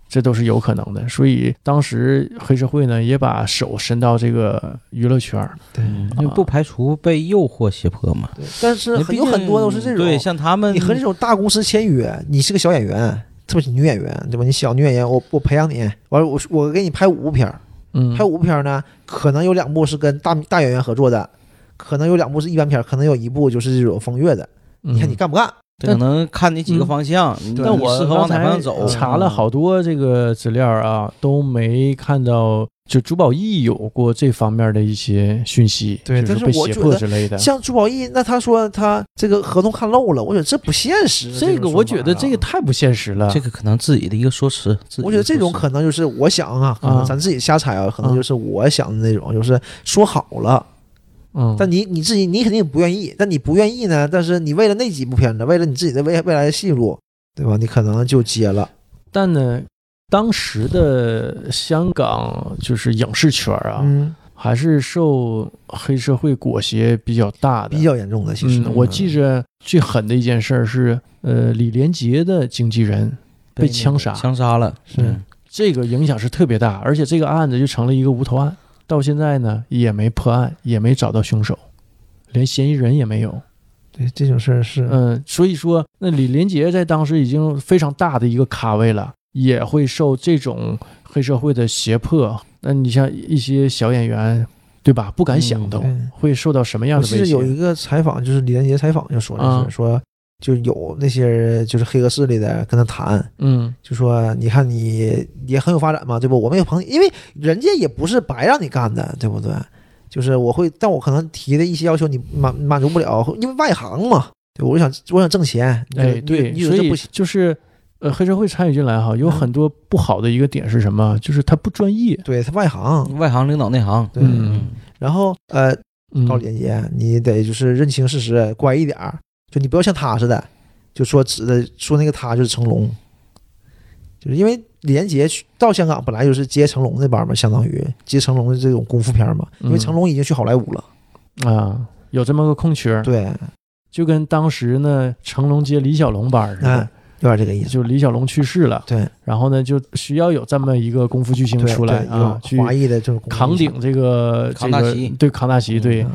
[SPEAKER 1] 这都是有可能的。所以当时黑社会呢也把手伸到这个娱乐圈儿，
[SPEAKER 3] 对，
[SPEAKER 2] 就
[SPEAKER 1] 啊
[SPEAKER 2] 不排除被诱惑胁迫嘛。
[SPEAKER 3] 对但是
[SPEAKER 2] 你
[SPEAKER 3] 很
[SPEAKER 2] 毕
[SPEAKER 3] 有很多都是
[SPEAKER 2] 竟
[SPEAKER 3] 这种。
[SPEAKER 2] 对，像他们，
[SPEAKER 3] 你和这种大公司签约，你是个小演员，特别是女演员，对吧？你小女演员，我我培养你，完了我我给你拍五部片儿，
[SPEAKER 1] 嗯
[SPEAKER 3] 拍，五部片儿呢，可能有两部是跟大大演员合作的，可能有两部是一般片儿，可能有一部就是这种风月的，你看你
[SPEAKER 1] 嗯。
[SPEAKER 3] 干不干？
[SPEAKER 2] 这可能看你几个
[SPEAKER 1] 嗯
[SPEAKER 2] 方向，你
[SPEAKER 3] 对
[SPEAKER 1] 但
[SPEAKER 2] 你
[SPEAKER 1] 我
[SPEAKER 2] 适合往哪方向走
[SPEAKER 1] 刚才？查
[SPEAKER 3] 嗯
[SPEAKER 1] 了好多这个资料啊，都没看到就珠宝义有过这方面的一些讯息，
[SPEAKER 3] 对
[SPEAKER 1] 就
[SPEAKER 3] 但是
[SPEAKER 1] 被
[SPEAKER 3] 我
[SPEAKER 1] 胁
[SPEAKER 3] 觉
[SPEAKER 1] 迫
[SPEAKER 3] 得
[SPEAKER 1] 之类的。
[SPEAKER 3] 像朱宝意，那他说他这个合同看漏了，我觉得这不现实。
[SPEAKER 1] 这个
[SPEAKER 3] 种
[SPEAKER 1] 我
[SPEAKER 3] 说法
[SPEAKER 1] 觉得这
[SPEAKER 3] 啊
[SPEAKER 1] 个太不现实了。
[SPEAKER 2] 嗯这个可能自己的一个说辞。自己的
[SPEAKER 3] 我觉得这种
[SPEAKER 2] 说辞
[SPEAKER 3] 可能就是我想啊，可
[SPEAKER 1] 啊
[SPEAKER 3] 能咱自己瞎猜啊，可能就是我想的那种，就是说好了，
[SPEAKER 1] 嗯，
[SPEAKER 3] 但你你自己你肯定不愿意，但你不愿意呢，但是你为了那几部片子，为了你自己的未未来的戏路，对吧？你可能就接了，
[SPEAKER 1] 但呢，当时的香港就是影视圈啊，
[SPEAKER 3] 嗯，
[SPEAKER 1] 还是受黑社会裹挟比较大的
[SPEAKER 3] 比。较严重的其实。
[SPEAKER 1] 嗯，我记着最狠的一件事儿是，呃，李连杰的经纪人被
[SPEAKER 2] 那个
[SPEAKER 1] 枪杀
[SPEAKER 2] 枪杀了，
[SPEAKER 3] 是
[SPEAKER 2] 嗯
[SPEAKER 1] 这个影响是特别大，而且这个案子就成了一个无头案，到现在呢也没破案，也没找到凶手，连嫌疑人也没有。
[SPEAKER 3] 对这种事儿是，
[SPEAKER 1] 嗯，所以说那李连杰在当时已经非常大的一个咖位了，也会受这种黑社会的胁迫。那你像一些小演员，对吧？不敢想都、
[SPEAKER 3] 嗯
[SPEAKER 1] 会受到什么样
[SPEAKER 3] 我
[SPEAKER 1] 的
[SPEAKER 3] 记
[SPEAKER 1] 威
[SPEAKER 3] 得
[SPEAKER 1] 胁？
[SPEAKER 3] 有一个采访，就是李连杰采访就说这
[SPEAKER 1] 啊
[SPEAKER 3] 事，说就有那些人就是黑恶势力的跟他谈，
[SPEAKER 1] 嗯
[SPEAKER 3] 就说你看你也很有发展嘛，对不？我们有朋友，因为人家也不是白让你干的，对不对？就是我会，但我可能提的一些要求你满满足不了，因为外行嘛，对，我就想我想挣钱，你
[SPEAKER 1] 哎，对，
[SPEAKER 3] 你
[SPEAKER 1] 所
[SPEAKER 3] 这
[SPEAKER 1] 以
[SPEAKER 3] 不行，
[SPEAKER 1] 就是呃，黑社会参与进来哈，有
[SPEAKER 3] 嗯
[SPEAKER 1] 很多不好的一个点是什么？就是他不专业。
[SPEAKER 3] 对他外行，
[SPEAKER 2] 外行领导内行。
[SPEAKER 3] 对，
[SPEAKER 1] 嗯
[SPEAKER 3] 然后呃，
[SPEAKER 1] 嗯，
[SPEAKER 3] 高连杰，你得就是认清事实，乖一点儿，就你不要像他似的，就说指的说那个他就是成龙，就是因为连杰去到香港本来就是接成龙那帮嘛，相当于接成龙的这种功夫片嘛，因为
[SPEAKER 1] 嗯
[SPEAKER 3] 成龙已经去好莱坞了，
[SPEAKER 1] 啊，有这么个空缺，
[SPEAKER 3] 对，
[SPEAKER 1] 就跟当时呢成龙接李小龙班儿似的
[SPEAKER 3] 嗯，，有点这个意思，
[SPEAKER 1] 就李小龙去世了，
[SPEAKER 3] 对，
[SPEAKER 1] 然后呢就需要有这么一个功夫巨星
[SPEAKER 3] 对
[SPEAKER 1] 出来
[SPEAKER 3] 对
[SPEAKER 1] 啊，
[SPEAKER 3] 有
[SPEAKER 1] 去
[SPEAKER 3] 华裔的这种功夫
[SPEAKER 1] 扛顶这个
[SPEAKER 2] 扛大
[SPEAKER 1] 这个
[SPEAKER 2] 旗
[SPEAKER 1] 对扛大旗，对
[SPEAKER 3] 嗯，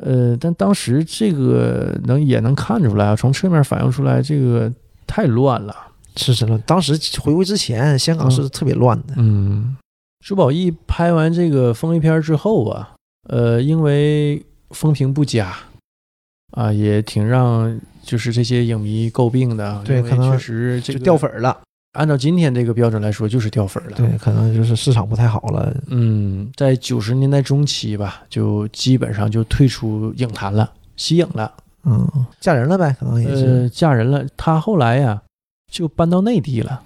[SPEAKER 1] 呃，但当时这个能也能看出来啊，从侧面反映出来这个太乱了，
[SPEAKER 3] 是真的。当时回归之前，香港是特别乱的，
[SPEAKER 1] 嗯，朱宝意拍完这个风一片之后啊，呃，因为风评不佳啊，也挺让就是这些影迷诟病的，啊
[SPEAKER 3] 对
[SPEAKER 1] 因为
[SPEAKER 3] 可能
[SPEAKER 1] 确实这
[SPEAKER 3] 就
[SPEAKER 1] 个
[SPEAKER 3] 掉粉儿了。
[SPEAKER 1] 按照今天这个标准来说，就是掉粉儿了。
[SPEAKER 3] 对，可能就是市场不太好了。
[SPEAKER 1] 嗯，在九十年代中期吧，就基本上就退出影坛了，息影了，
[SPEAKER 3] 嗯，嫁人了呗，可能也是。
[SPEAKER 1] 呃，嫁人了。她后来呀，就搬到内地了，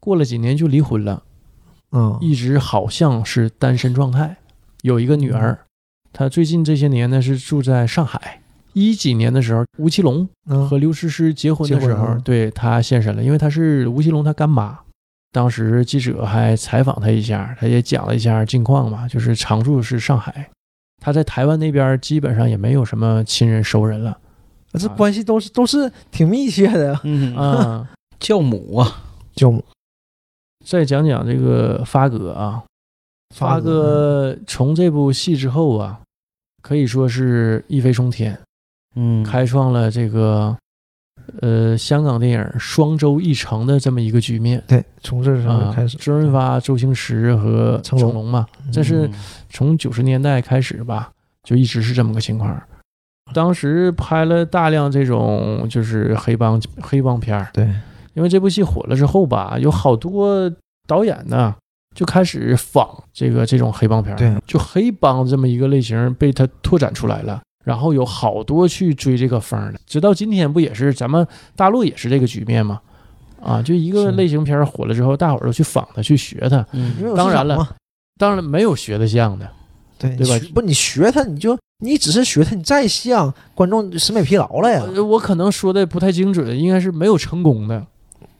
[SPEAKER 1] 过了几年就离婚了，
[SPEAKER 3] 嗯，
[SPEAKER 1] 呃一直好像是单身状态，有一个女儿。她最近这些年呢是住在上海。一几年的时候，吴奇隆
[SPEAKER 3] 嗯
[SPEAKER 1] 和刘诗诗结婚的时
[SPEAKER 3] 结婚
[SPEAKER 1] 候
[SPEAKER 3] 了，
[SPEAKER 1] 对她现身了，因为她是吴奇隆他干妈。当时记者还采访她一下，她也讲了一下近况嘛，就是常住是上海，她在台湾那边基本上也没有什么亲人熟人了
[SPEAKER 3] 这关系都是都是挺密切 [laughs] 的。
[SPEAKER 2] 嗯
[SPEAKER 1] 啊。
[SPEAKER 2] [laughs] 教母啊，
[SPEAKER 3] 教母
[SPEAKER 1] 再讲讲这个发哥啊，发哥从这部戏之后啊，可以说是一飞冲天，
[SPEAKER 2] 嗯，
[SPEAKER 1] 开创了这个呃香港电影双周一成的这么一个局面。
[SPEAKER 3] 对，从这儿上
[SPEAKER 1] 啊，
[SPEAKER 3] 开始，
[SPEAKER 1] 周润发、周星驰和
[SPEAKER 3] 成
[SPEAKER 1] 成
[SPEAKER 3] 龙
[SPEAKER 1] 龙嘛，
[SPEAKER 3] 嗯
[SPEAKER 1] 啊这是从九十年代开始吧，就一直是这么个情况。当时拍了大量这种就是黑帮黑帮片儿，
[SPEAKER 3] 嗯对，
[SPEAKER 1] 因为这部戏火了之后吧，有好多导演呢就开始仿这个这种黑帮片儿，
[SPEAKER 3] 对，
[SPEAKER 1] 就黑帮这么一个类型被它拓展出来了。然后有好多去追这个风儿的，直到今天不也是咱们大陆也是这个局面吗？啊，就一个
[SPEAKER 3] 是
[SPEAKER 1] 类型片儿火了之后，大伙儿都去仿它，去学它。
[SPEAKER 2] 嗯，
[SPEAKER 3] 因为有
[SPEAKER 1] 当
[SPEAKER 3] 市
[SPEAKER 1] 然
[SPEAKER 3] 场
[SPEAKER 1] 了
[SPEAKER 3] 嘛，
[SPEAKER 1] 当然没有学的像的，
[SPEAKER 3] 对
[SPEAKER 1] 对吧
[SPEAKER 3] 你学不，你学他，你就你只是学他，你再像观众审美疲劳了呀。
[SPEAKER 1] 呃我可能说的不太精准，应该是没有成功的，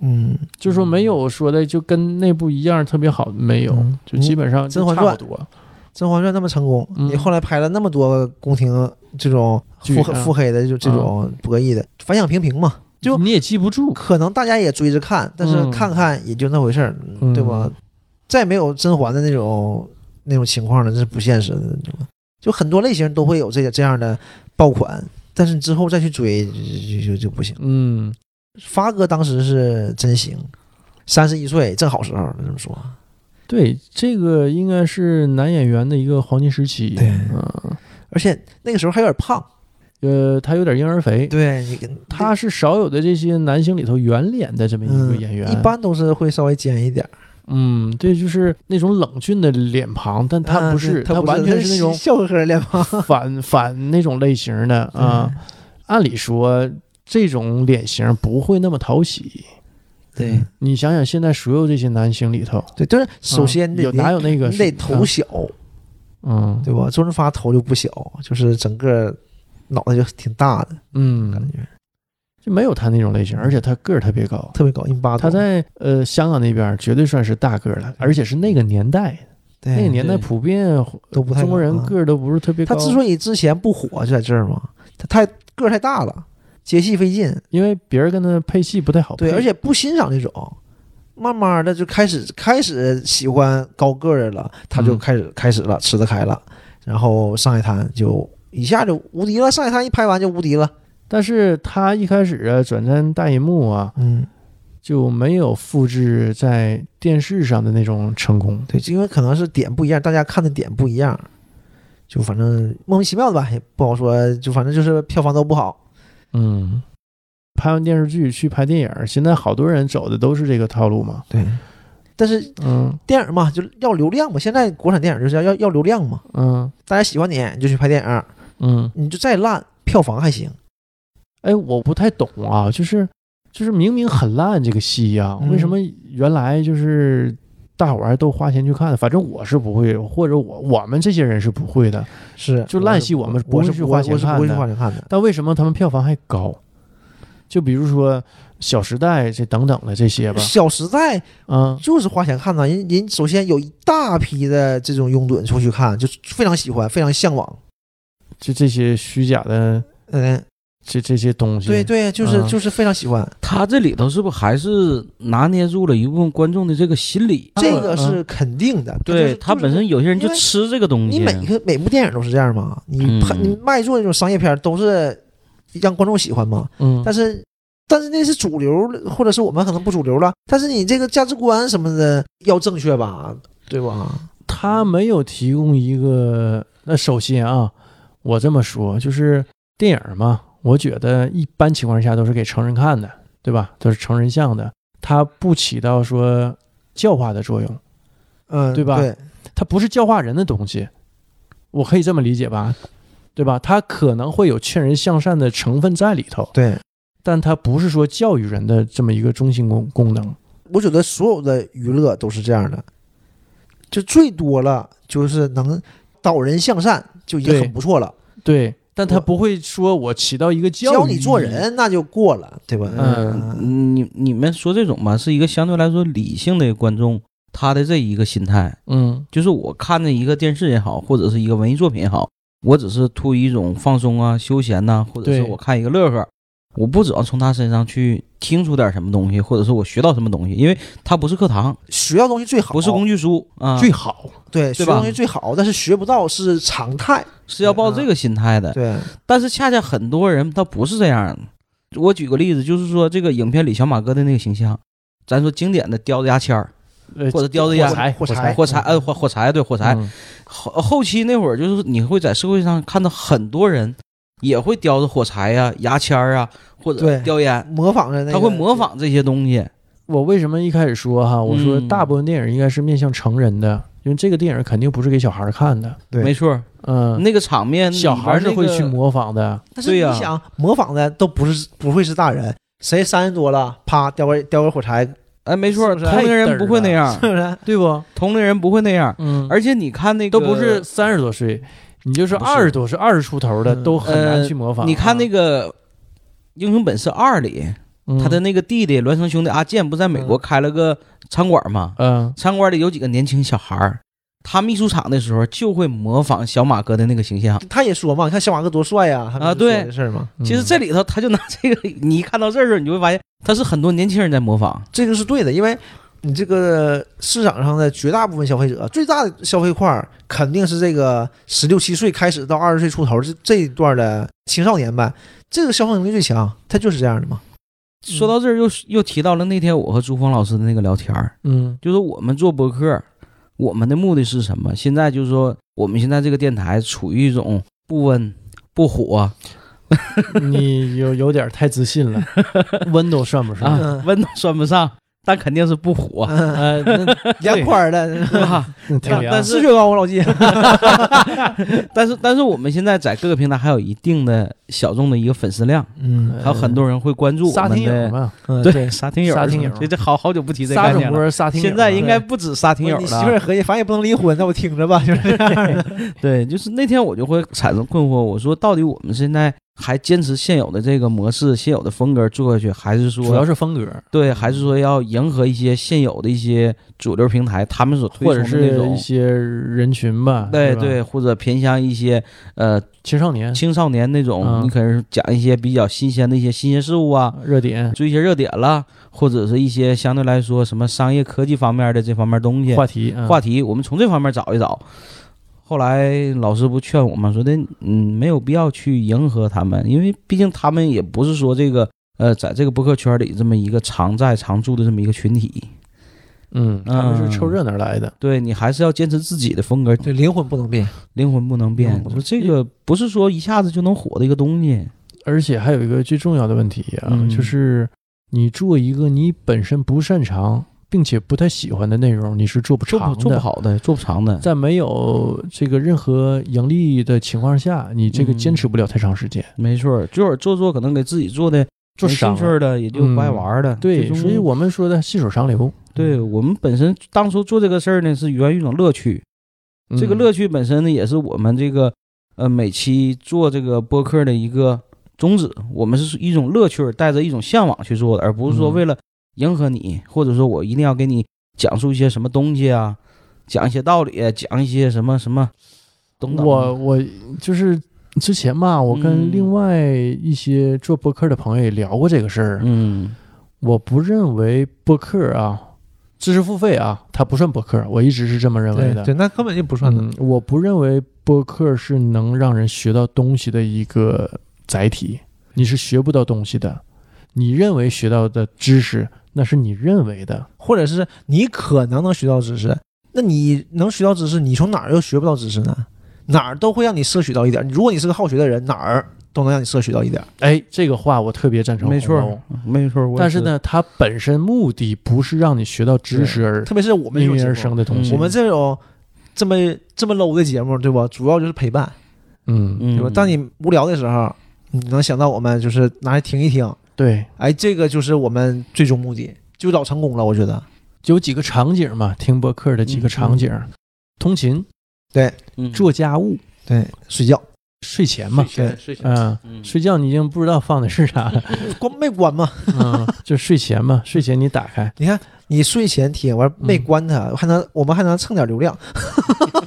[SPEAKER 3] 嗯，
[SPEAKER 1] 就是说没有说的就跟那部一样特别好，没有，
[SPEAKER 3] 嗯
[SPEAKER 1] 就基本上
[SPEAKER 3] 甄
[SPEAKER 1] 就
[SPEAKER 3] 嬛
[SPEAKER 1] 差不
[SPEAKER 3] 传
[SPEAKER 1] 多。
[SPEAKER 3] 《嗯甄嬛传》那么成功，
[SPEAKER 1] 嗯
[SPEAKER 3] 你后来拍了那么多宫廷这种
[SPEAKER 1] 剧
[SPEAKER 3] 腹黑
[SPEAKER 1] 啊
[SPEAKER 3] 腹黑的，就这种博弈的，反响平平嘛。就
[SPEAKER 1] 你也记不住，
[SPEAKER 3] 可能大家也追着看，但是
[SPEAKER 1] 嗯
[SPEAKER 3] 看看也就那回事儿，
[SPEAKER 1] 嗯
[SPEAKER 3] 对吧？再没有甄嬛的那种那种情况了，这是不现实的。你知道吗就很多类型都会有这个这样的爆款，但是之后再去追就就就就不行。
[SPEAKER 1] 嗯，
[SPEAKER 3] 发哥当时是真行，三十一岁正好时候，这么说。
[SPEAKER 1] 对，这个应该是男演员的一个黄金时期。
[SPEAKER 3] 对
[SPEAKER 1] 嗯，
[SPEAKER 3] 而且那个时候还有点胖，
[SPEAKER 1] 呃，他有点婴儿肥，
[SPEAKER 3] 对你跟
[SPEAKER 1] 他是少有的这些男星里头圆脸的这么一个
[SPEAKER 3] 嗯
[SPEAKER 1] 演员。
[SPEAKER 3] 一，般都是会稍微尖一点儿，
[SPEAKER 1] 嗯，对，就是那种冷峻的脸庞，但他
[SPEAKER 3] 啊
[SPEAKER 1] 不是，
[SPEAKER 3] 对他不
[SPEAKER 1] 完全是那种
[SPEAKER 3] 笑呵呵的脸庞。 [laughs]
[SPEAKER 1] 反反那种类型的
[SPEAKER 3] 嗯
[SPEAKER 1] 啊。按理说，这种脸型不会那么讨喜。
[SPEAKER 2] 对，
[SPEAKER 1] 你想想，现在所有这些男星里头，
[SPEAKER 3] 对，就是首先
[SPEAKER 1] 啊
[SPEAKER 3] 你得
[SPEAKER 1] 有哪有那个
[SPEAKER 3] 你得
[SPEAKER 1] 是
[SPEAKER 3] 头小，
[SPEAKER 1] 嗯
[SPEAKER 3] 对吧？周润发头就不小，就是整个脑袋就挺大的
[SPEAKER 1] 嗯
[SPEAKER 3] 感，觉，嗯
[SPEAKER 1] 就没有他那种类型，而且他个儿特别高。
[SPEAKER 3] 特别高，一米八多。
[SPEAKER 1] 他在呃香港那边绝对算是大个儿了，而且是那个年代，
[SPEAKER 3] 哎对
[SPEAKER 1] 那个年代
[SPEAKER 2] 对
[SPEAKER 1] 普遍
[SPEAKER 3] 都不太
[SPEAKER 1] 中国人
[SPEAKER 3] 高啊
[SPEAKER 1] 个儿都不是特别
[SPEAKER 3] 他
[SPEAKER 1] 高。
[SPEAKER 3] 之所以之前不火就在这儿嘛，他太个儿太大了，接戏费劲，
[SPEAKER 1] 因为别人跟他配戏哦不太好配，
[SPEAKER 3] 对，而且不欣赏这种。慢慢的就开始开始喜欢高个儿的了，他就
[SPEAKER 1] 嗯
[SPEAKER 3] 开始、开始了，吃得开了，然后上海滩就一下就无敌了，上海滩一拍完就无敌了，
[SPEAKER 1] 但是他一开始啊转战大银幕啊，
[SPEAKER 3] 嗯，
[SPEAKER 1] 就没有复制在电视上的那种成功。
[SPEAKER 3] 对，因为可能是点不一样，大家看的点不一样，就反正莫名其妙的吧，也不好说，就反正就是票房都不好，
[SPEAKER 1] 嗯，拍完电视剧去拍电影儿，现在好多人走的都是这个套路嘛。
[SPEAKER 3] 对，但是
[SPEAKER 1] 嗯
[SPEAKER 3] 电影嘛，就要流量嘛，现在国产电影就是要要要流量嘛，
[SPEAKER 1] 嗯
[SPEAKER 3] 大家喜欢你你就去拍电影，
[SPEAKER 1] 嗯，
[SPEAKER 3] 你就再烂票房还行，
[SPEAKER 1] 哎，我不太懂啊，就是就是明明很烂这个戏呀、
[SPEAKER 3] 嗯
[SPEAKER 1] 为什么原来就是大伙儿还都花钱去看的？反正我是不会，或者我我们这些人是不会的。
[SPEAKER 3] 是
[SPEAKER 1] 就烂戏我们不
[SPEAKER 3] 我
[SPEAKER 1] 会
[SPEAKER 3] 是
[SPEAKER 1] 去
[SPEAKER 3] 不
[SPEAKER 1] 花
[SPEAKER 3] 会
[SPEAKER 1] 钱
[SPEAKER 3] 我是
[SPEAKER 1] 看
[SPEAKER 3] 不会去
[SPEAKER 1] 的
[SPEAKER 3] 花钱看的。
[SPEAKER 1] 但为什么他们票房还高？就比如说《小时代》这等等的这些吧，
[SPEAKER 3] 小时代
[SPEAKER 1] 嗯
[SPEAKER 3] 就是花钱看呐，人人首先有一大批的这种拥趸出去看，就非常喜欢，非常向往。
[SPEAKER 1] 就这些虚假的
[SPEAKER 3] 嗯，
[SPEAKER 1] 这这些东西，
[SPEAKER 3] 对对，就是、
[SPEAKER 1] 嗯
[SPEAKER 3] 就是非常喜欢，
[SPEAKER 2] 他这里头是不是还是拿捏住了一部分观众的这个心理？
[SPEAKER 3] 这
[SPEAKER 1] 啊
[SPEAKER 3] 个是肯定的。就是
[SPEAKER 2] 对他本。
[SPEAKER 3] 就是
[SPEAKER 2] 身有些人就
[SPEAKER 3] 因为
[SPEAKER 2] 吃这个东西，啊
[SPEAKER 3] 你每个每部电影都是这样嘛？你拍、
[SPEAKER 2] 嗯
[SPEAKER 3] 你卖座那种商业片都是让观众喜欢嘛？
[SPEAKER 1] 嗯，
[SPEAKER 3] 但是但是那是主流，或者是我们可能不主流了。但是你这个价值观什么的要正确吧，对吧？
[SPEAKER 1] 他没有提供一个。那首先啊，我这么说，就是电影嘛，我觉得一般情况下都是给成人看的，对吧？都是成人向的，它不起到说教化的作用，
[SPEAKER 3] 嗯，
[SPEAKER 1] 对吧
[SPEAKER 3] 对，
[SPEAKER 1] 它不是教化人的东西，我可以这么理解吧？对吧？它可能会有劝人向善的成分在里头，
[SPEAKER 3] 对，
[SPEAKER 1] 但它不是说教育人的这么一个中心功功能。
[SPEAKER 3] 我觉得所有的娱乐都是这样的，就最多了就是能导人向善，就已经
[SPEAKER 1] 对
[SPEAKER 3] 很不错了。
[SPEAKER 1] 对，但它
[SPEAKER 3] 我
[SPEAKER 1] 不会说我起到一个教育
[SPEAKER 3] 教你做
[SPEAKER 1] 意义。
[SPEAKER 3] 人那就过了，对吧？
[SPEAKER 1] 嗯
[SPEAKER 2] 你你们说这种吧，是一个相对来说理性的观众，他的这一个心态，
[SPEAKER 1] 嗯
[SPEAKER 2] 就是我看着一个电视也好，或者是一个文艺作品也好，我只是图一种放松啊、休闲呐、或者是
[SPEAKER 1] 对
[SPEAKER 2] 我看一个乐呵，我不指望从他身上去听出点什么东西，或者是我学到什么东西，因为他不是课堂，
[SPEAKER 3] 学到东西最好，
[SPEAKER 2] 不是工具书啊，
[SPEAKER 1] 最好。
[SPEAKER 3] 对，学
[SPEAKER 2] 吧
[SPEAKER 3] 到东西最好，但是学不到是常态。
[SPEAKER 2] 是要抱这个心态的。
[SPEAKER 3] 对，
[SPEAKER 2] 但是恰恰很多人他不是这样的。我举个例子，就是说这个影片里小马哥的那个形象，咱说经典的叼着牙签儿，
[SPEAKER 1] 呃
[SPEAKER 2] 或者叼着
[SPEAKER 1] 火
[SPEAKER 2] 牙
[SPEAKER 1] 柴，
[SPEAKER 3] 火
[SPEAKER 1] 柴
[SPEAKER 3] 柴
[SPEAKER 2] 火柴，呃，火火柴，对，火柴。
[SPEAKER 1] 哎嗯
[SPEAKER 2] 后后期那会儿，就是你会在社会上看到很多人也会叼着火柴呀、牙签儿啊，或者
[SPEAKER 3] 对
[SPEAKER 2] 叼烟，
[SPEAKER 3] 模仿着那个，
[SPEAKER 2] 他会模仿这些东西。
[SPEAKER 1] 我为什么一开始说哈，我说
[SPEAKER 2] 嗯
[SPEAKER 1] 大部分电影应该是面向成人的，因为这个电影肯定不是给小孩儿看的。
[SPEAKER 3] 对
[SPEAKER 2] 没错，
[SPEAKER 1] 嗯，
[SPEAKER 2] 那个场面里边
[SPEAKER 1] 小孩儿是会
[SPEAKER 2] 那个
[SPEAKER 1] 去模仿的。
[SPEAKER 3] 但是
[SPEAKER 2] 对
[SPEAKER 3] 你
[SPEAKER 2] 呀
[SPEAKER 3] 想，模仿的都不是不会是大人，谁三十多了，啪叼根叼根火柴，是
[SPEAKER 2] 哎，没错，
[SPEAKER 3] 是不是
[SPEAKER 2] 同龄
[SPEAKER 1] 太嘚
[SPEAKER 2] 人
[SPEAKER 1] 儿
[SPEAKER 2] 不会那样，
[SPEAKER 3] 不 [laughs] 是？
[SPEAKER 1] 对不？
[SPEAKER 2] 同龄人不会那样。
[SPEAKER 1] 嗯，
[SPEAKER 2] 而且你看那个，
[SPEAKER 1] 都不是三十多岁，你就说
[SPEAKER 2] 不是呃
[SPEAKER 1] 二十多岁、二十出头的
[SPEAKER 3] 嗯
[SPEAKER 1] 都很难去模仿啊。
[SPEAKER 2] 你看那个《英雄本色二》里，
[SPEAKER 1] 嗯
[SPEAKER 2] 他的那个弟弟孪生兄弟阿健不在美国开了个餐馆吗？
[SPEAKER 1] 嗯
[SPEAKER 2] 餐馆里有几个年轻小孩儿，他们一出场的时候就会模仿小马哥的那个形象。
[SPEAKER 3] 他也说嘛，你看小马哥多帅呀，他不是
[SPEAKER 2] 啊
[SPEAKER 3] 说
[SPEAKER 2] 对
[SPEAKER 3] 这事儿嘛，
[SPEAKER 1] 嗯
[SPEAKER 2] 其实这里头，他就拿这个，你一看到这儿的时候，你就会发现他是很多年轻人在模仿。
[SPEAKER 3] 这个是对的，因为你这个市场上的绝大部分消费者，最大的消费块儿肯定是这个十六七岁开始到二十岁出头这这一段的青少年呗，这个消费能力最强，他就是这样的嘛。
[SPEAKER 2] 说到这儿又又提到了那天我和朱峰老师的那个聊天儿， [laughs]
[SPEAKER 1] 嗯
[SPEAKER 2] 就是我们做博客，我们的目的是什么？现在就是说，我们现在这个电台处于一种不温不火
[SPEAKER 1] 你有有点太自
[SPEAKER 2] [laughs]
[SPEAKER 1] 信了，温度算不上？
[SPEAKER 2] 啊，温度算不上，但肯定是不火。
[SPEAKER 1] 呃，那
[SPEAKER 3] [laughs] 凉快嗯儿的，
[SPEAKER 2] 对吧？
[SPEAKER 1] 那挺
[SPEAKER 2] 但
[SPEAKER 1] 凉
[SPEAKER 2] 但
[SPEAKER 3] 是
[SPEAKER 2] 是
[SPEAKER 3] 雪糕，我老季。
[SPEAKER 2] 但是但是我们现在在各个平台还有一定的小众的一个粉丝量，
[SPEAKER 3] 嗯
[SPEAKER 1] 哎
[SPEAKER 2] 还有很多人会关注我
[SPEAKER 1] 仨
[SPEAKER 2] 们
[SPEAKER 1] 听友
[SPEAKER 2] 的。
[SPEAKER 1] 嘛，
[SPEAKER 3] 嗯
[SPEAKER 2] 对，沙听友，
[SPEAKER 1] 仨听友
[SPEAKER 2] 这这好好久不提这
[SPEAKER 1] 仨
[SPEAKER 2] 概
[SPEAKER 1] 主
[SPEAKER 2] 念了。
[SPEAKER 1] 播仨听友，
[SPEAKER 2] 现在应该啊不止沙听友
[SPEAKER 3] 你媳妇
[SPEAKER 2] 了。啊
[SPEAKER 3] 儿合计，反正也不能离婚，那我听着吧，就是这样的。
[SPEAKER 2] 对，就是那天我就会产生困惑，我说到底我们现在还坚持现有的这个模式、现有的风格做下去，还是
[SPEAKER 1] 主要
[SPEAKER 2] 说
[SPEAKER 1] 是风格，
[SPEAKER 2] 对，还是说要迎合一些现有的一些主流平台他们所推
[SPEAKER 1] 或者
[SPEAKER 2] 崇的那
[SPEAKER 1] 是一
[SPEAKER 2] 种？
[SPEAKER 1] 些人群吧，
[SPEAKER 2] 对
[SPEAKER 1] 吧，
[SPEAKER 2] 对，或者偏向一些呃
[SPEAKER 1] 青少年
[SPEAKER 2] 青少年那种，
[SPEAKER 1] 嗯
[SPEAKER 2] 你可能是讲一些比较新鲜的一些新鲜事物啊，
[SPEAKER 1] 热点
[SPEAKER 2] 追一些热点啦，或者是一些相对来说什么商业科技方面的这方面东西
[SPEAKER 1] 话题，嗯
[SPEAKER 2] 话题，我们从这方面找一找。后来老师不劝我们说的，嗯，没有必要去迎合他们，因为毕竟他们也不是说这个呃，在这个博客圈里这么一个常在常驻的这么一个群体。
[SPEAKER 1] 嗯，他们
[SPEAKER 2] 嗯
[SPEAKER 1] 是凑热闹来的，
[SPEAKER 2] 对你还是要坚持自己的风格，
[SPEAKER 3] 对，灵魂不能变。
[SPEAKER 2] 灵魂不能
[SPEAKER 1] 灵
[SPEAKER 2] 变
[SPEAKER 1] 魂。不
[SPEAKER 2] 说这个不是说一下子就能火的一个东西。
[SPEAKER 1] 而且还有一个最重要的问题啊
[SPEAKER 2] 嗯，
[SPEAKER 1] 就是你做一个你本身不擅长并且不太喜欢的内容，你是做不
[SPEAKER 2] 做
[SPEAKER 1] 长
[SPEAKER 2] 不
[SPEAKER 1] 的，
[SPEAKER 2] 做不好的，做不长的。
[SPEAKER 1] 在没有这个任何盈利的情况下，你这个坚持不了太长时间。
[SPEAKER 2] 没错儿，就是做做可能给自己做嗯的
[SPEAKER 1] 做
[SPEAKER 2] 没
[SPEAKER 1] 伤
[SPEAKER 2] 兴趣
[SPEAKER 1] 了，
[SPEAKER 2] 儿的，也就不爱玩儿的。这
[SPEAKER 1] 对，
[SPEAKER 2] 东西
[SPEAKER 1] 所以我们说的细水长流，
[SPEAKER 2] 对我们本身当初做这个事儿呢，是源于一种乐趣。
[SPEAKER 1] 嗯
[SPEAKER 2] 这个乐趣本身呢，也是我们这个呃每期做这个播客的一个宗旨。我们是一种乐趣儿，带着一种向往去做的，而不是说
[SPEAKER 1] 嗯
[SPEAKER 2] 为了迎合你，或者说我一定要给你讲述一些什么东西啊，讲一些道理，啊讲一些什么什么等等。
[SPEAKER 1] 我我就是之前嘛，我跟
[SPEAKER 2] 嗯
[SPEAKER 1] 另外一些做播客的朋友也聊过这个事儿。
[SPEAKER 2] 嗯
[SPEAKER 1] 我不认为播客啊，知识付费啊，它不算播客，我一直是这么认为的。
[SPEAKER 3] 那根本就不
[SPEAKER 1] 嗯，我不认为播客是能让人学到东西的一个载体，你是学不到东西的。你认为学到的知识，那是你认为的。
[SPEAKER 3] 或者是你可能能学到知识，那你能学到知识，你从哪儿又学不到知识呢？哪儿都会让你摄取到一点儿。如果你是个好学的人，哪儿都能让你摄取到一点儿。
[SPEAKER 1] 哎，这个话我特别赞成
[SPEAKER 2] 没
[SPEAKER 1] 红楼。
[SPEAKER 2] 错儿没错儿。我也
[SPEAKER 1] 但是呢，它本身目的不是让你学到知识而
[SPEAKER 3] 特别是我们这
[SPEAKER 1] 应
[SPEAKER 3] 种
[SPEAKER 1] 运而
[SPEAKER 3] 节目
[SPEAKER 1] 生，的嗯东西。
[SPEAKER 3] 我们这种这么这么 low 的节目，对吧？主要就是陪伴，
[SPEAKER 1] 嗯，
[SPEAKER 2] 嗯，
[SPEAKER 3] 对吧？当你无聊的时候，你能想到我们，就是拿来听一听。
[SPEAKER 1] 对，
[SPEAKER 3] 哎，这个就是我们最终目的，就老成功了，我觉得。
[SPEAKER 1] 有几个场景嘛，听播客的几个场景：通勤、
[SPEAKER 2] 嗯
[SPEAKER 1] 做家务、
[SPEAKER 3] 对，睡觉
[SPEAKER 1] 睡前嘛。
[SPEAKER 3] 前
[SPEAKER 2] 睡前
[SPEAKER 1] 嗯，睡觉你已经不知道放的是啥
[SPEAKER 3] [laughs]
[SPEAKER 1] 了，
[SPEAKER 3] 关没关嘛？
[SPEAKER 1] 嗯，就睡前嘛，睡前你打开，
[SPEAKER 3] 你睡前听完没关它，还能我们还能蹭点流量。
[SPEAKER 1] [laughs]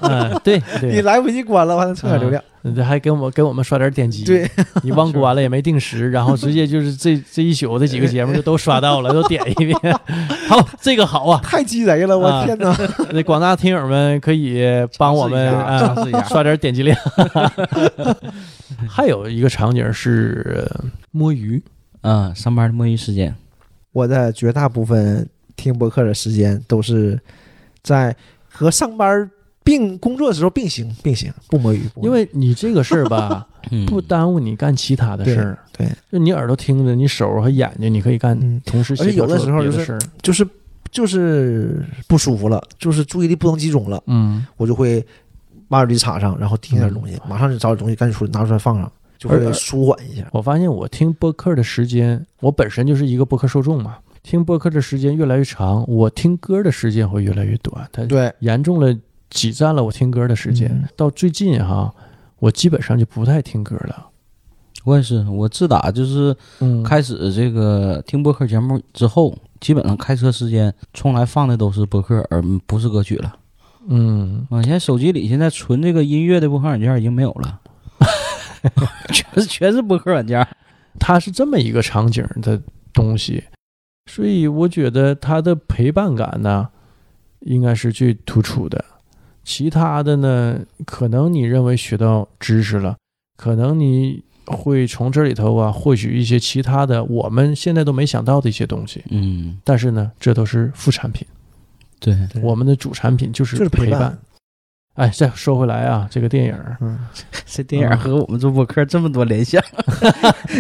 [SPEAKER 1] 嗯，对
[SPEAKER 3] 你
[SPEAKER 1] 对，啊
[SPEAKER 3] 来不及关了，我还能蹭点流量。 [laughs]
[SPEAKER 1] 你这还给我给我们刷点点击，
[SPEAKER 3] 对，
[SPEAKER 1] 你忘关了也没定时，然后直接就是这这一宿的几个节目就都刷到了，都点一遍， [laughs] 好，这个好啊，
[SPEAKER 3] 太鸡贼了，我
[SPEAKER 1] 啊 [laughs]
[SPEAKER 3] 天哪！
[SPEAKER 1] 那广大听友们可以帮我们啊
[SPEAKER 2] 尝试一下尝试一下
[SPEAKER 1] 刷点点击量。 [laughs] 还有一个场景是摸鱼，
[SPEAKER 2] 啊，上班的摸鱼时间。
[SPEAKER 3] 我的绝大部分听播客的时间都是在和上班并工作的时候并行并行，不摸鱼。不摸鱼
[SPEAKER 1] 因为你这个事儿吧，
[SPEAKER 2] 嗯
[SPEAKER 1] 不耽误你干其他的事儿，
[SPEAKER 3] 对对
[SPEAKER 1] 就你耳朵听着，你手和眼睛你可以干
[SPEAKER 3] 嗯，
[SPEAKER 1] 同时
[SPEAKER 3] 而且
[SPEAKER 1] 协调
[SPEAKER 3] 有的
[SPEAKER 1] 做
[SPEAKER 3] 时候
[SPEAKER 1] 别
[SPEAKER 3] 就
[SPEAKER 1] 的
[SPEAKER 3] 是
[SPEAKER 1] 事儿，
[SPEAKER 3] 就是就是不舒服了，就是注意力不能集中了，
[SPEAKER 1] 嗯，
[SPEAKER 3] 我就会把耳机插上，然后听点东西，马上就找点东西赶紧出来拿出来放上，就会
[SPEAKER 1] 而
[SPEAKER 3] 舒缓一下。
[SPEAKER 1] 我发现我听播客的时间，我本身就是一个播客受众嘛，听播客的时间越来越长，我听歌的时间会越来越短，它
[SPEAKER 3] 对，
[SPEAKER 1] 严重了挤占了我听歌的时间。
[SPEAKER 3] 嗯
[SPEAKER 1] 到最近哈、我基本上就不太听歌了。
[SPEAKER 2] 我也是，我自打就是
[SPEAKER 1] 嗯
[SPEAKER 2] 开始这个听播客节目之后，基本上开车时间从来放的都是播客，而不是歌曲了。
[SPEAKER 1] 嗯，
[SPEAKER 2] 啊，现在手机里现在存这个音乐的播客软件已经没有了， [laughs] 全是全是播客软件。
[SPEAKER 1] 它是这么一个场景的东西，所以我觉得它的陪伴感呢，应该是最突出的。其他的呢，可能你认为学到知识了，可能你会从这里头啊获取一些其他的我们现在都没想到的一些东西。
[SPEAKER 2] 嗯，
[SPEAKER 1] 但是呢，这都是副产品，
[SPEAKER 2] 对，
[SPEAKER 3] 对
[SPEAKER 1] 我们的主产品就是
[SPEAKER 3] 就是
[SPEAKER 1] 陪
[SPEAKER 3] 陪
[SPEAKER 1] 伴。哎，再说回来啊，这个电影儿，
[SPEAKER 3] 嗯，
[SPEAKER 2] [laughs] 这电影和我们做播客这么多联 [laughs] 想，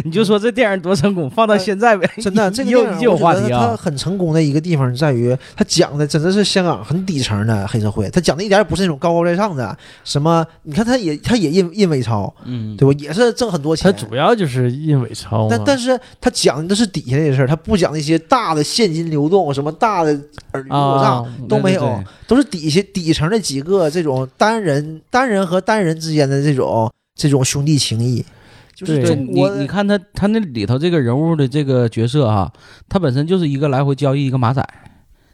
[SPEAKER 2] 你就说这电影多成功，放到现在呗，
[SPEAKER 3] 哎真
[SPEAKER 2] [laughs]
[SPEAKER 3] 的，这个
[SPEAKER 2] 又
[SPEAKER 3] 电影
[SPEAKER 2] 又有
[SPEAKER 3] 我觉
[SPEAKER 2] 话
[SPEAKER 3] 得
[SPEAKER 2] 题
[SPEAKER 3] 它
[SPEAKER 2] 啊，
[SPEAKER 3] 很成功的一个地方在于，它讲的真的是香港很底层的黑社会，它讲的一点也不是那种高高在上的什么。你看，他也他也印印伪钞，
[SPEAKER 2] 嗯，
[SPEAKER 3] 对吧？也是挣很多
[SPEAKER 1] 它
[SPEAKER 3] 钱。
[SPEAKER 1] 主要就是印伪钞啊嘛
[SPEAKER 2] 啊
[SPEAKER 3] 但。但是他讲的是底下这事儿，他不讲那些大的现金流动、什么大的尔虞我诈，
[SPEAKER 1] 啊，
[SPEAKER 3] 都没有
[SPEAKER 2] 对对对
[SPEAKER 3] 都是底下底层的几个这种单人、单人和单人之间的这种这种兄弟情谊，就是
[SPEAKER 1] 对
[SPEAKER 2] 对
[SPEAKER 3] 中
[SPEAKER 2] 你
[SPEAKER 3] 国，
[SPEAKER 2] 你看他他那里头这个人物的这个角色啊，他本身就是一个来回交易一个马仔，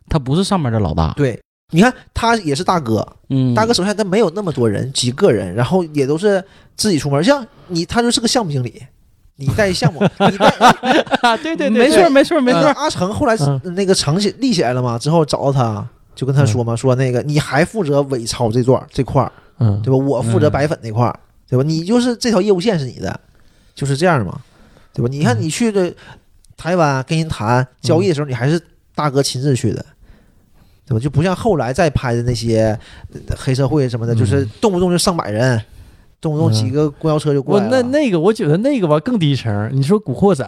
[SPEAKER 2] 他不是上面的老大。
[SPEAKER 3] 对。你看他也是大哥，
[SPEAKER 2] 嗯，
[SPEAKER 3] 大哥手下他没有那么多人，几个人，然后也都是自己出门。像你，他就是个项目经理，你带项目，
[SPEAKER 2] [laughs]
[SPEAKER 3] 你带
[SPEAKER 1] 啊， [laughs] 对对对，
[SPEAKER 2] 没
[SPEAKER 1] 对
[SPEAKER 2] 错没错没
[SPEAKER 3] 那
[SPEAKER 2] 错，
[SPEAKER 3] 阿成后来是
[SPEAKER 1] 嗯
[SPEAKER 3] 那个成起立起来了嘛，之后找到他，就
[SPEAKER 2] 嗯
[SPEAKER 3] 跟他说嘛，说那个你还负责伪钞这段这块儿，
[SPEAKER 1] 嗯，
[SPEAKER 3] 对吧？我负责白粉那块儿，对吧？你就是这条业务线是你的，就是这样嘛，对吧？你看
[SPEAKER 1] 嗯
[SPEAKER 3] 你去的台湾跟人谈交易的时候，你还是大哥亲自去的。对吧？就不像后来再拍的那些呃黑社会什么的，
[SPEAKER 1] 嗯
[SPEAKER 3] 就是动不动就上百人，动不动几个公交车就过
[SPEAKER 1] 我
[SPEAKER 3] 来了。
[SPEAKER 1] 那那个，我觉得那个吧更低层。你说《古惑仔》，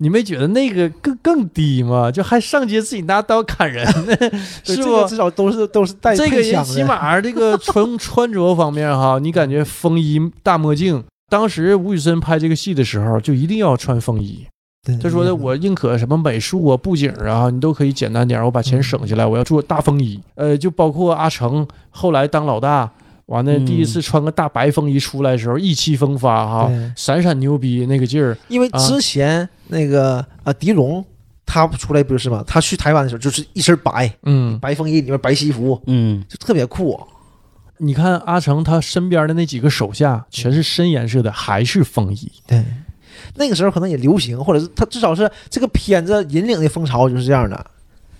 [SPEAKER 1] 你没觉得那个更更低吗？就还上街自己拿刀砍人呢， [laughs]
[SPEAKER 3] 对
[SPEAKER 1] 是
[SPEAKER 3] 这个
[SPEAKER 1] 不？
[SPEAKER 3] 至少都是都是带
[SPEAKER 1] 这个
[SPEAKER 3] 配
[SPEAKER 1] 人
[SPEAKER 3] 枪
[SPEAKER 1] 起
[SPEAKER 3] 的。
[SPEAKER 1] 码这个穿
[SPEAKER 3] [laughs]
[SPEAKER 1] 穿着方面哈，你感觉风衣大墨镜。当时吴宇森拍这个戏的时候，就一定要穿风衣。
[SPEAKER 3] 对
[SPEAKER 1] 他说的，我宁可什么美术啊、布景啊，你都可以简单点儿，我把
[SPEAKER 3] 嗯
[SPEAKER 1] 钱省下来，我要做大风衣。呃，就包括阿成后来当老大，完了
[SPEAKER 2] 嗯
[SPEAKER 1] 第一次穿个大白风衣出来的时候，意气风发哈，
[SPEAKER 3] 对
[SPEAKER 1] 闪闪牛逼那个劲儿。
[SPEAKER 3] 因为
[SPEAKER 1] 啊
[SPEAKER 3] 之前那个啊，狄龙他出来不是嘛？他去台湾的时候就是一身白
[SPEAKER 1] 嗯，
[SPEAKER 3] 白风衣，里面白西服，
[SPEAKER 2] 嗯，
[SPEAKER 3] 就特别酷。
[SPEAKER 1] 你看阿成他身边的那几个手下全是深颜色的，还是风衣。
[SPEAKER 3] 对，那个时候可能也流行，或者是他至少是这个片子引领的风潮就是这样的，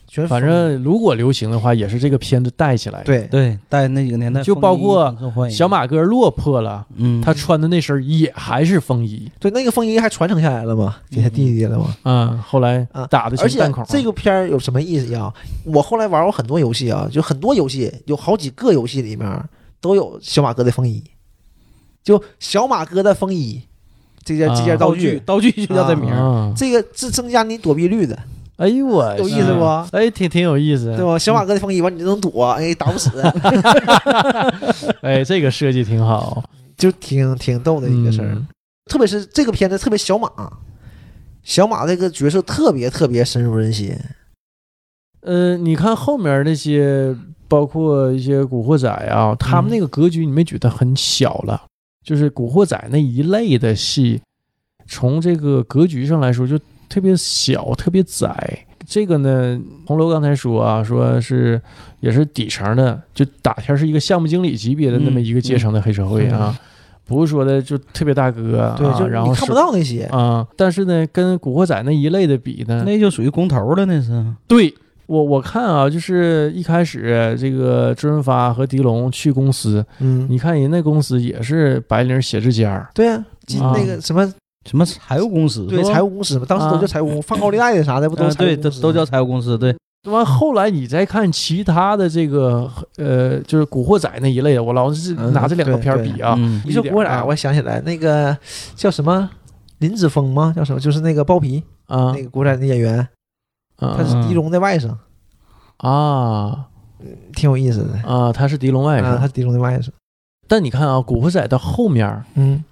[SPEAKER 3] 全是
[SPEAKER 1] 反正如果流行的话，也是这个片子带起来。，
[SPEAKER 3] 对
[SPEAKER 2] 对，在那几个年代
[SPEAKER 1] 就包括
[SPEAKER 2] 风靡很受欢迎
[SPEAKER 1] 小，马哥落魄了，
[SPEAKER 2] 嗯，
[SPEAKER 1] 他穿的那身也还是风衣。
[SPEAKER 3] 对，那个风衣还传承下来了嘛，给他弟弟了嘛。
[SPEAKER 1] 嗯，后来
[SPEAKER 3] 啊
[SPEAKER 1] 打的
[SPEAKER 3] 而
[SPEAKER 1] 成
[SPEAKER 3] 且
[SPEAKER 1] 弹孔。
[SPEAKER 3] 这个片儿有什么意思呀？我后来玩过很多游戏啊，就很多游戏有好几个游戏里面都有小马哥的风衣，就小马哥的风衣这件这
[SPEAKER 1] 啊
[SPEAKER 3] 件道
[SPEAKER 2] 道
[SPEAKER 3] 具
[SPEAKER 2] 具，道具就叫这名儿，
[SPEAKER 1] 啊，
[SPEAKER 3] 这个是增加你躲避率的，
[SPEAKER 1] 哎呦我
[SPEAKER 3] 有意
[SPEAKER 2] 思
[SPEAKER 1] 去
[SPEAKER 3] 不
[SPEAKER 1] 哎，挺挺有意思，
[SPEAKER 3] 嗯对吧？小马哥的风衣完你就能躲，哎，打不死，
[SPEAKER 1] 哎，这个设计挺好
[SPEAKER 3] 就挺挺逗的一个事儿。
[SPEAKER 1] 嗯
[SPEAKER 3] 特别是这个片子，特别小马，小马这个角色特别特别深入人心。
[SPEAKER 1] 呃，你看后面那些，包括一些古惑仔啊，他
[SPEAKER 3] 嗯
[SPEAKER 1] 们那个格局，你没觉得很小了？就是古惑仔那一类的戏，从这个格局上来说，就特别小，特别窄。这个呢，红楼刚才说啊，说是也是底层的，就打天是一个项目经理级别的那
[SPEAKER 3] 嗯
[SPEAKER 1] 么一个阶层的黑社会啊，不是说的就特别大哥啊，
[SPEAKER 3] 对，就是
[SPEAKER 1] 然
[SPEAKER 3] 你
[SPEAKER 1] 后
[SPEAKER 3] 看不
[SPEAKER 1] 手
[SPEAKER 3] 到那些。
[SPEAKER 1] 啊、但是呢，跟《古惑仔》那一类的比呢，
[SPEAKER 2] 那就属于公头了，那是，
[SPEAKER 1] 对我我看啊，就是一开始这个周润发和狄龙去公司，
[SPEAKER 3] 嗯，
[SPEAKER 1] 你看人那公司也是白领写字间儿，
[SPEAKER 3] 对啊，进
[SPEAKER 1] 啊
[SPEAKER 3] 那个什么
[SPEAKER 2] 什么财务公司，
[SPEAKER 3] 对
[SPEAKER 2] 是吧
[SPEAKER 3] 财务公司嘛，当
[SPEAKER 1] 啊
[SPEAKER 3] 时都叫财务公司，放高利贷的啥的不都
[SPEAKER 2] 啊
[SPEAKER 3] 是财务
[SPEAKER 2] 对，
[SPEAKER 3] 公
[SPEAKER 2] 都
[SPEAKER 3] 司
[SPEAKER 2] 都叫财务公司，对，
[SPEAKER 1] 完后来你再看其他的这个呃，就是《古惑仔》那一类的，我老是
[SPEAKER 3] 嗯
[SPEAKER 1] 拿这两个片儿比啊，
[SPEAKER 2] 嗯
[SPEAKER 3] 你说
[SPEAKER 1] 一
[SPEAKER 3] 古惑
[SPEAKER 1] 点
[SPEAKER 3] 仔，
[SPEAKER 1] 啊
[SPEAKER 3] 我想起来那个叫什么林子峰吗？叫什么？就是那个包皮
[SPEAKER 1] 啊
[SPEAKER 3] 那，个古惑仔的演员，他是狄龙的外甥，
[SPEAKER 1] 啊
[SPEAKER 3] 挺有意思的。
[SPEAKER 1] 啊，他是狄龙外甥。
[SPEAKER 3] 啊，他是狄龙的外甥。
[SPEAKER 1] 但你看啊，《古惑仔》到后面儿
[SPEAKER 3] 嗯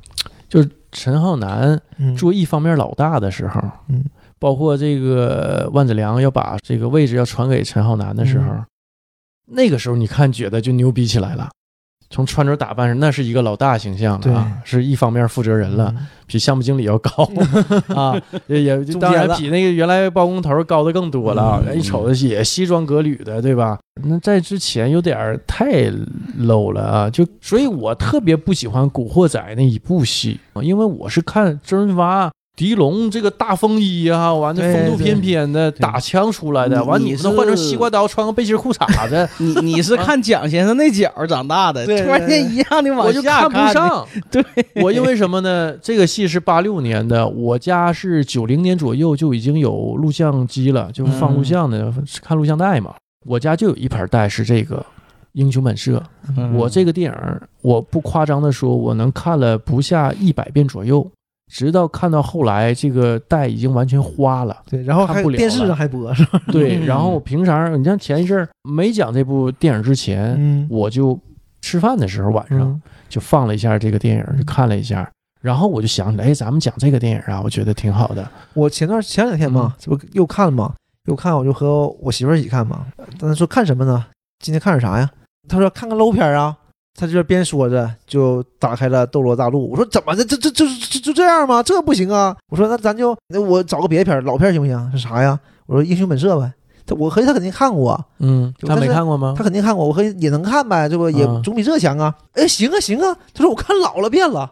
[SPEAKER 1] 陈浩南
[SPEAKER 3] 嗯，
[SPEAKER 1] 做一方面老大的时候，
[SPEAKER 3] 嗯，
[SPEAKER 1] 包括这个万梓良要把这个位置要传给陈浩南的时候，
[SPEAKER 3] 嗯
[SPEAKER 1] 那个时候你看觉得就牛逼起来了。从穿着打扮上，那是一个老大形象了啊，是一方面负责人了，
[SPEAKER 3] 嗯
[SPEAKER 1] 比项目经理要高啊，也 [laughs] 也
[SPEAKER 3] 中间
[SPEAKER 1] 当然
[SPEAKER 3] 了
[SPEAKER 1] 比那个原来包工头高的更多了。
[SPEAKER 2] 嗯
[SPEAKER 1] 一瞅着也西装革履的，对吧？那在之前有点儿太 low 了啊，就所以我特别不喜欢《古惑仔》那一部戏，因为我是看周润发狄龙这个大风衣啊，完了
[SPEAKER 2] 对
[SPEAKER 1] 风度翩翩的，
[SPEAKER 2] 对
[SPEAKER 1] 打枪出来的，
[SPEAKER 2] 你
[SPEAKER 1] 完
[SPEAKER 2] 你
[SPEAKER 1] 们能
[SPEAKER 2] 是
[SPEAKER 1] 换成西瓜刀，穿个背心裤衩子，
[SPEAKER 2] 你 [laughs] 你是看蒋先生那角儿长大的，
[SPEAKER 3] 对
[SPEAKER 2] 突然间一样的往
[SPEAKER 1] 我就
[SPEAKER 2] 下
[SPEAKER 1] 看
[SPEAKER 2] 看
[SPEAKER 1] 不。上。
[SPEAKER 2] [laughs] 对，
[SPEAKER 1] 我因为什么呢？这个戏是八六年的，我家是九零年左右就已经有录像机了，就是放
[SPEAKER 2] 嗯
[SPEAKER 1] 录像的，看录像带嘛。我家就有一盘带是这个《英雄本色》，
[SPEAKER 2] 嗯
[SPEAKER 1] 我这个电影儿，我不夸张的说，我能看了不下一百遍左右，直到看到后来这个带已经完全花
[SPEAKER 2] [laughs]
[SPEAKER 1] 了。
[SPEAKER 3] 对，然后
[SPEAKER 1] 看
[SPEAKER 3] 还
[SPEAKER 1] 不了
[SPEAKER 3] 电视
[SPEAKER 1] 了
[SPEAKER 3] 上还播是吧？
[SPEAKER 1] 对，
[SPEAKER 2] 嗯
[SPEAKER 1] 然后我平常，你像前一阵儿没讲这部电影之前，
[SPEAKER 3] 嗯
[SPEAKER 1] 我就吃饭的时候晚上
[SPEAKER 3] 嗯
[SPEAKER 1] 就放了一下这个电影，就看了一下。然后我就想起来，哎，咱们讲这个电影啊，我觉得挺好的。
[SPEAKER 3] 我前段前两天嘛，这不又看了嘛，又看我就和我媳妇儿一起看嘛。当时说看什么呢？今天看点啥呀？她说看看 low 片儿啊。她这边说着就打开了《斗罗大陆》，我说怎么的？这这这这就这样吗？这不行啊！我说那咱就那我找个别的片儿，老片儿行不行？是啥呀？我说《英雄本色》呗。她我合计她肯定看过，
[SPEAKER 1] 嗯，
[SPEAKER 3] 就
[SPEAKER 1] 他
[SPEAKER 3] 但
[SPEAKER 1] 没
[SPEAKER 3] 是
[SPEAKER 1] 看过吗
[SPEAKER 3] 她？肯定看过，我合计也能看呗，这不也
[SPEAKER 1] 嗯
[SPEAKER 3] 总比这强啊？哎，行啊行啊！她说我看老了遍了，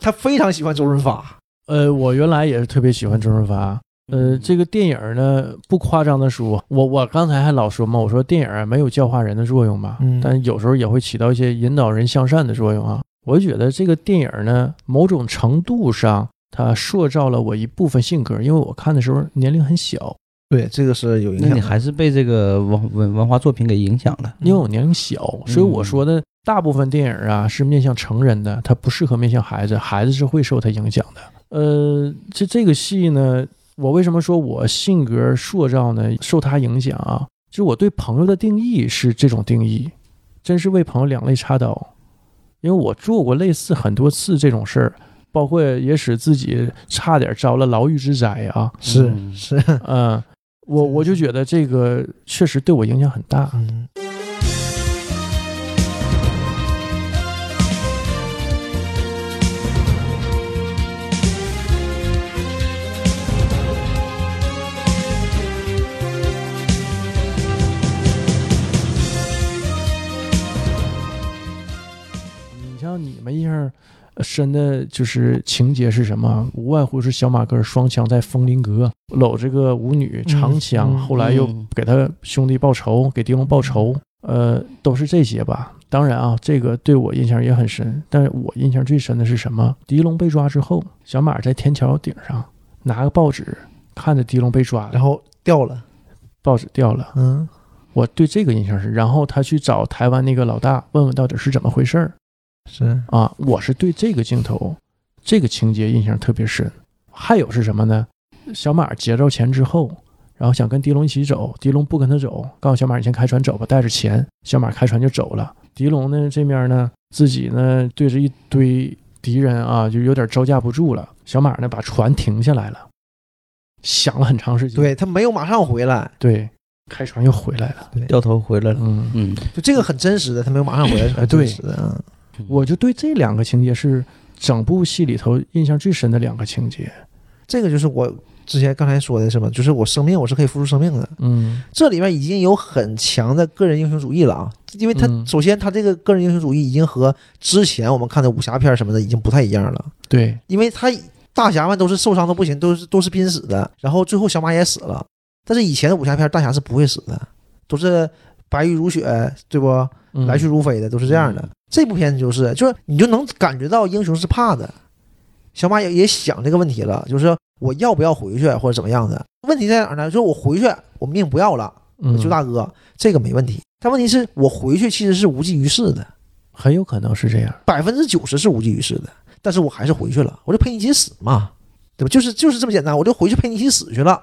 [SPEAKER 3] 她非常喜欢周润发。
[SPEAKER 1] 呃，我原来也是特别喜欢周润发。呃，这个电影呢，不夸张的说，我我刚才还老说嘛，我说电影啊没有教化人的作用吧，
[SPEAKER 3] 嗯
[SPEAKER 1] 但有时候也会起到一些引导人向善的作用啊。我就觉得这个电影呢，某种程度上它塑造了我一部分性格，因为我看的时候年龄很小，
[SPEAKER 3] 对，这个是有影
[SPEAKER 2] 那
[SPEAKER 3] 响
[SPEAKER 2] 你
[SPEAKER 3] 的。
[SPEAKER 2] 还是被这个文文文化作品给影响了。
[SPEAKER 1] 因为我年龄小，所以我说的大部分电影啊是面向成人的，它不适合面向孩子，孩子是会受它影响的。呃，这这个戏呢，我为什么说我性格塑造呢受它影响啊？就是我对朋友的定义是这种定义，真是为朋友两肋插刀，因为我做过类似很多次这种事儿，包括也使自己差点遭了牢狱之灾啊。
[SPEAKER 3] 是
[SPEAKER 2] 嗯
[SPEAKER 3] 是，
[SPEAKER 1] 嗯，我我就觉得这个确实对我影响很大。
[SPEAKER 3] 嗯。
[SPEAKER 1] 你像你们印象深的，就是情节是什么？无外乎是小马哥双枪在枫林阁搂这个舞女长枪，
[SPEAKER 3] 嗯嗯
[SPEAKER 1] 后来又
[SPEAKER 2] 嗯
[SPEAKER 1] 给他兄弟报仇，给狄龙报仇，呃，都是这些吧。当然啊，这个对我印象也很深，但是我印象最深的是什么？狄龙被抓之后，小马在天桥顶上拿个报纸，看着狄龙被抓，
[SPEAKER 3] 然后掉了。
[SPEAKER 1] 报纸掉了。
[SPEAKER 3] 嗯
[SPEAKER 1] 我对这个印象是，然后他去找台湾那个老大，问问到底是怎么回事儿。，
[SPEAKER 3] 是
[SPEAKER 1] 啊，我是对这个镜头、这个情节印象特别深。还有是什么呢？小马劫着钱之后，然后想跟狄龙一起走，狄龙不跟他走，告诉小马你先开船走吧，带着钱。小马开船就走了。狄龙呢这面呢，自己呢对着一堆敌人啊，就有点招架不住了。小马呢把船停下来了，想了很长时间，
[SPEAKER 3] 对他没有马上回来，
[SPEAKER 1] 对，开船又回来了。
[SPEAKER 2] 掉头回来了。
[SPEAKER 1] 嗯，
[SPEAKER 2] 嗯，
[SPEAKER 3] 就这个很真实的，他没有马上回来是很
[SPEAKER 1] 哎对
[SPEAKER 3] 真实的啊。
[SPEAKER 1] 我就对这两个情节是整部戏里头印象最深的两个情节。
[SPEAKER 3] 这个就是我之前刚才说的是吗？就是我生命，我是可以付出生命的。
[SPEAKER 1] 嗯
[SPEAKER 3] 这里面已经有很强的个人英雄主义了啊，因为他
[SPEAKER 1] 嗯
[SPEAKER 3] 首先他这个个人英雄主义已经和之前我们看的武侠片什么的已经不太一样了，，
[SPEAKER 1] 对，
[SPEAKER 3] 因为他大侠们都是受伤的不行，都是都是濒死的，然后最后小马也死了。但是以前的武侠片大侠是不会死的，都是白玉如雪，对不？
[SPEAKER 1] 嗯
[SPEAKER 3] 来去如飞的，都是这样的
[SPEAKER 2] 嗯。
[SPEAKER 3] 这部片子就是，就是你就能感觉到英雄是怕的。小马也也想这个问题了，就是我要不要回去或者怎么样的？问题在哪儿呢？就是我回去，我命不要了，我
[SPEAKER 1] 嗯
[SPEAKER 3] 救大哥，这个没问题。但问题是我回去其实是无济于事的，
[SPEAKER 1] 很有可能是这样。
[SPEAKER 3] 百分之九十是无济于事的。但是我还是回去了，我就陪你一起死嘛，对吧？就是就是这么简单，我就回去陪你一起死去了，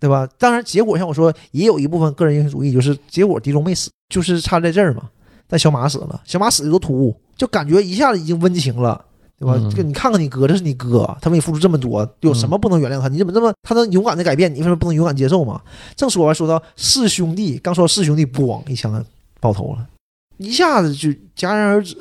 [SPEAKER 3] 对吧？当然，结果像我说，也有一部分个人英雄主义，就是结果狄龙没死，就是差在这儿嘛。但小马死了，小马死的都突兀，就感觉一下子已经温情了。对吧
[SPEAKER 1] 嗯？
[SPEAKER 3] 这个你看看你哥，这是你哥，他为你付出这么多，有什么不能原谅他？你怎么这么他能勇敢的改变，你为什么不能勇敢接受嘛？正说完，说到四兄弟，刚说到四兄弟，咣一枪爆头了，一下子就戛然而止，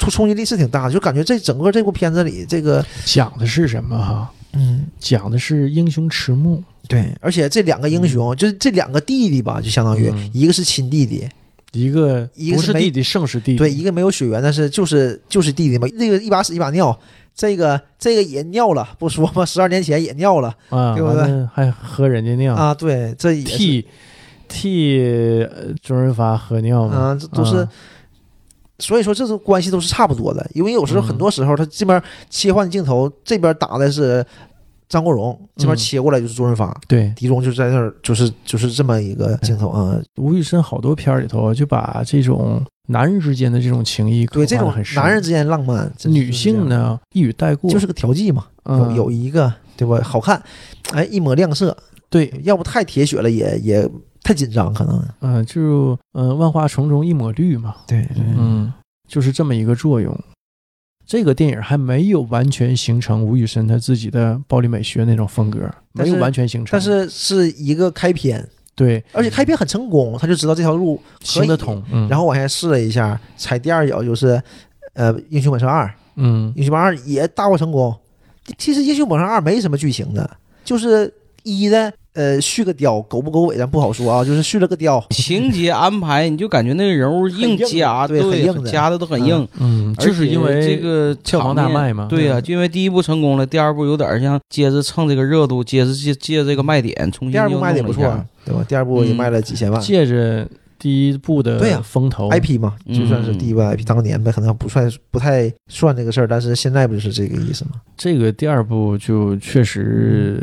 [SPEAKER 3] 冲冲击力是挺大的，就感觉这整个这部片子里，这个
[SPEAKER 1] 讲的是什么哈？
[SPEAKER 3] 嗯，
[SPEAKER 1] 讲的是英雄迟暮，
[SPEAKER 3] 对，而且这两个英雄，就是这两个弟弟吧，就相当于、
[SPEAKER 1] 嗯
[SPEAKER 3] 一个是亲弟弟，
[SPEAKER 1] 一个
[SPEAKER 3] 一个
[SPEAKER 1] 不
[SPEAKER 3] 是
[SPEAKER 1] 是
[SPEAKER 3] 没
[SPEAKER 1] 弟弟，胜是弟弟。
[SPEAKER 3] 对，一个没有血缘，但是就是就是弟弟嘛，那个一把屎一把尿，这个这个也尿了，不说吗？十二年前也尿了
[SPEAKER 1] 啊，
[SPEAKER 3] 对不对
[SPEAKER 1] 完了还喝人家尿，
[SPEAKER 3] 啊，对，这也是
[SPEAKER 1] 替替呃周润发喝尿嘛，
[SPEAKER 3] 啊，这都是
[SPEAKER 1] 啊。
[SPEAKER 3] 所以说，这种关系都是差不多的，因为有时候
[SPEAKER 1] 嗯
[SPEAKER 3] 很多时候，他这边切换镜头，这边打的是张国荣，这边
[SPEAKER 1] 嗯
[SPEAKER 3] 切过来就是周润发，
[SPEAKER 1] 对，
[SPEAKER 3] 狄龙就在那儿，就是就是这么一个
[SPEAKER 1] 哎
[SPEAKER 3] 镜头啊。
[SPEAKER 1] 吴宇森好多片儿里头啊就把这种男人之间的这种情谊刻
[SPEAKER 3] 对，
[SPEAKER 1] 画
[SPEAKER 3] 这
[SPEAKER 1] 得
[SPEAKER 3] 种
[SPEAKER 1] 很深
[SPEAKER 3] 男人之间浪漫，这
[SPEAKER 1] 女性呢一语带过，
[SPEAKER 3] 就是这样就是个调剂嘛，有
[SPEAKER 1] 嗯
[SPEAKER 3] 有一个对吧？好看，哎，一抹亮色，
[SPEAKER 1] 对，
[SPEAKER 3] 要不太铁血了，也也太紧张，可能
[SPEAKER 1] 嗯，就嗯万花丛中一抹绿嘛，
[SPEAKER 3] 对，
[SPEAKER 1] 嗯，就是这么一个作用。这个电影还没有完全形成吴宇森他自己的暴力美学那种风格，
[SPEAKER 3] 但
[SPEAKER 1] 没
[SPEAKER 3] 是
[SPEAKER 1] 有完全形成，
[SPEAKER 3] 但是是一个开篇，
[SPEAKER 1] 对
[SPEAKER 3] 而且开篇很成功，他就知道这条路可
[SPEAKER 1] 行
[SPEAKER 3] 以
[SPEAKER 1] 得通，嗯，
[SPEAKER 3] 然后往下试了一下，踩第二脚就是，呃，《英雄本色二》，《
[SPEAKER 1] 嗯
[SPEAKER 3] 英雄本色二》也大获成功。其实《英雄本色二》没什么剧情的，就是一的呃续个貂，狗不狗尾咱不好说啊，就是续了个貂，
[SPEAKER 2] 情节安排，你就感觉那个人物硬加，
[SPEAKER 3] 很硬的对很硬的
[SPEAKER 2] 加的都很硬，
[SPEAKER 1] 嗯，
[SPEAKER 2] 而且
[SPEAKER 1] 就是因为
[SPEAKER 2] 这个
[SPEAKER 1] 票房大卖嘛，嗯
[SPEAKER 2] 对呀、就因为第一部成功了，第二部有点像接着蹭这个热度，接着借借这个卖点，重新
[SPEAKER 3] 第二部
[SPEAKER 2] 又
[SPEAKER 3] 卖的也
[SPEAKER 2] 弄
[SPEAKER 3] 不
[SPEAKER 2] 了一
[SPEAKER 3] 错
[SPEAKER 2] 下
[SPEAKER 3] 啊，对吧？第二部也
[SPEAKER 2] 嗯
[SPEAKER 3] 卖了几千万。
[SPEAKER 1] 借着第一部
[SPEAKER 3] 对呀
[SPEAKER 1] 的风头
[SPEAKER 3] IP 嘛，就算是第一部 IP，当年呗，可能不算不太算这个事儿，但是现在不就是这个意思吗？
[SPEAKER 1] 这个第二部就确实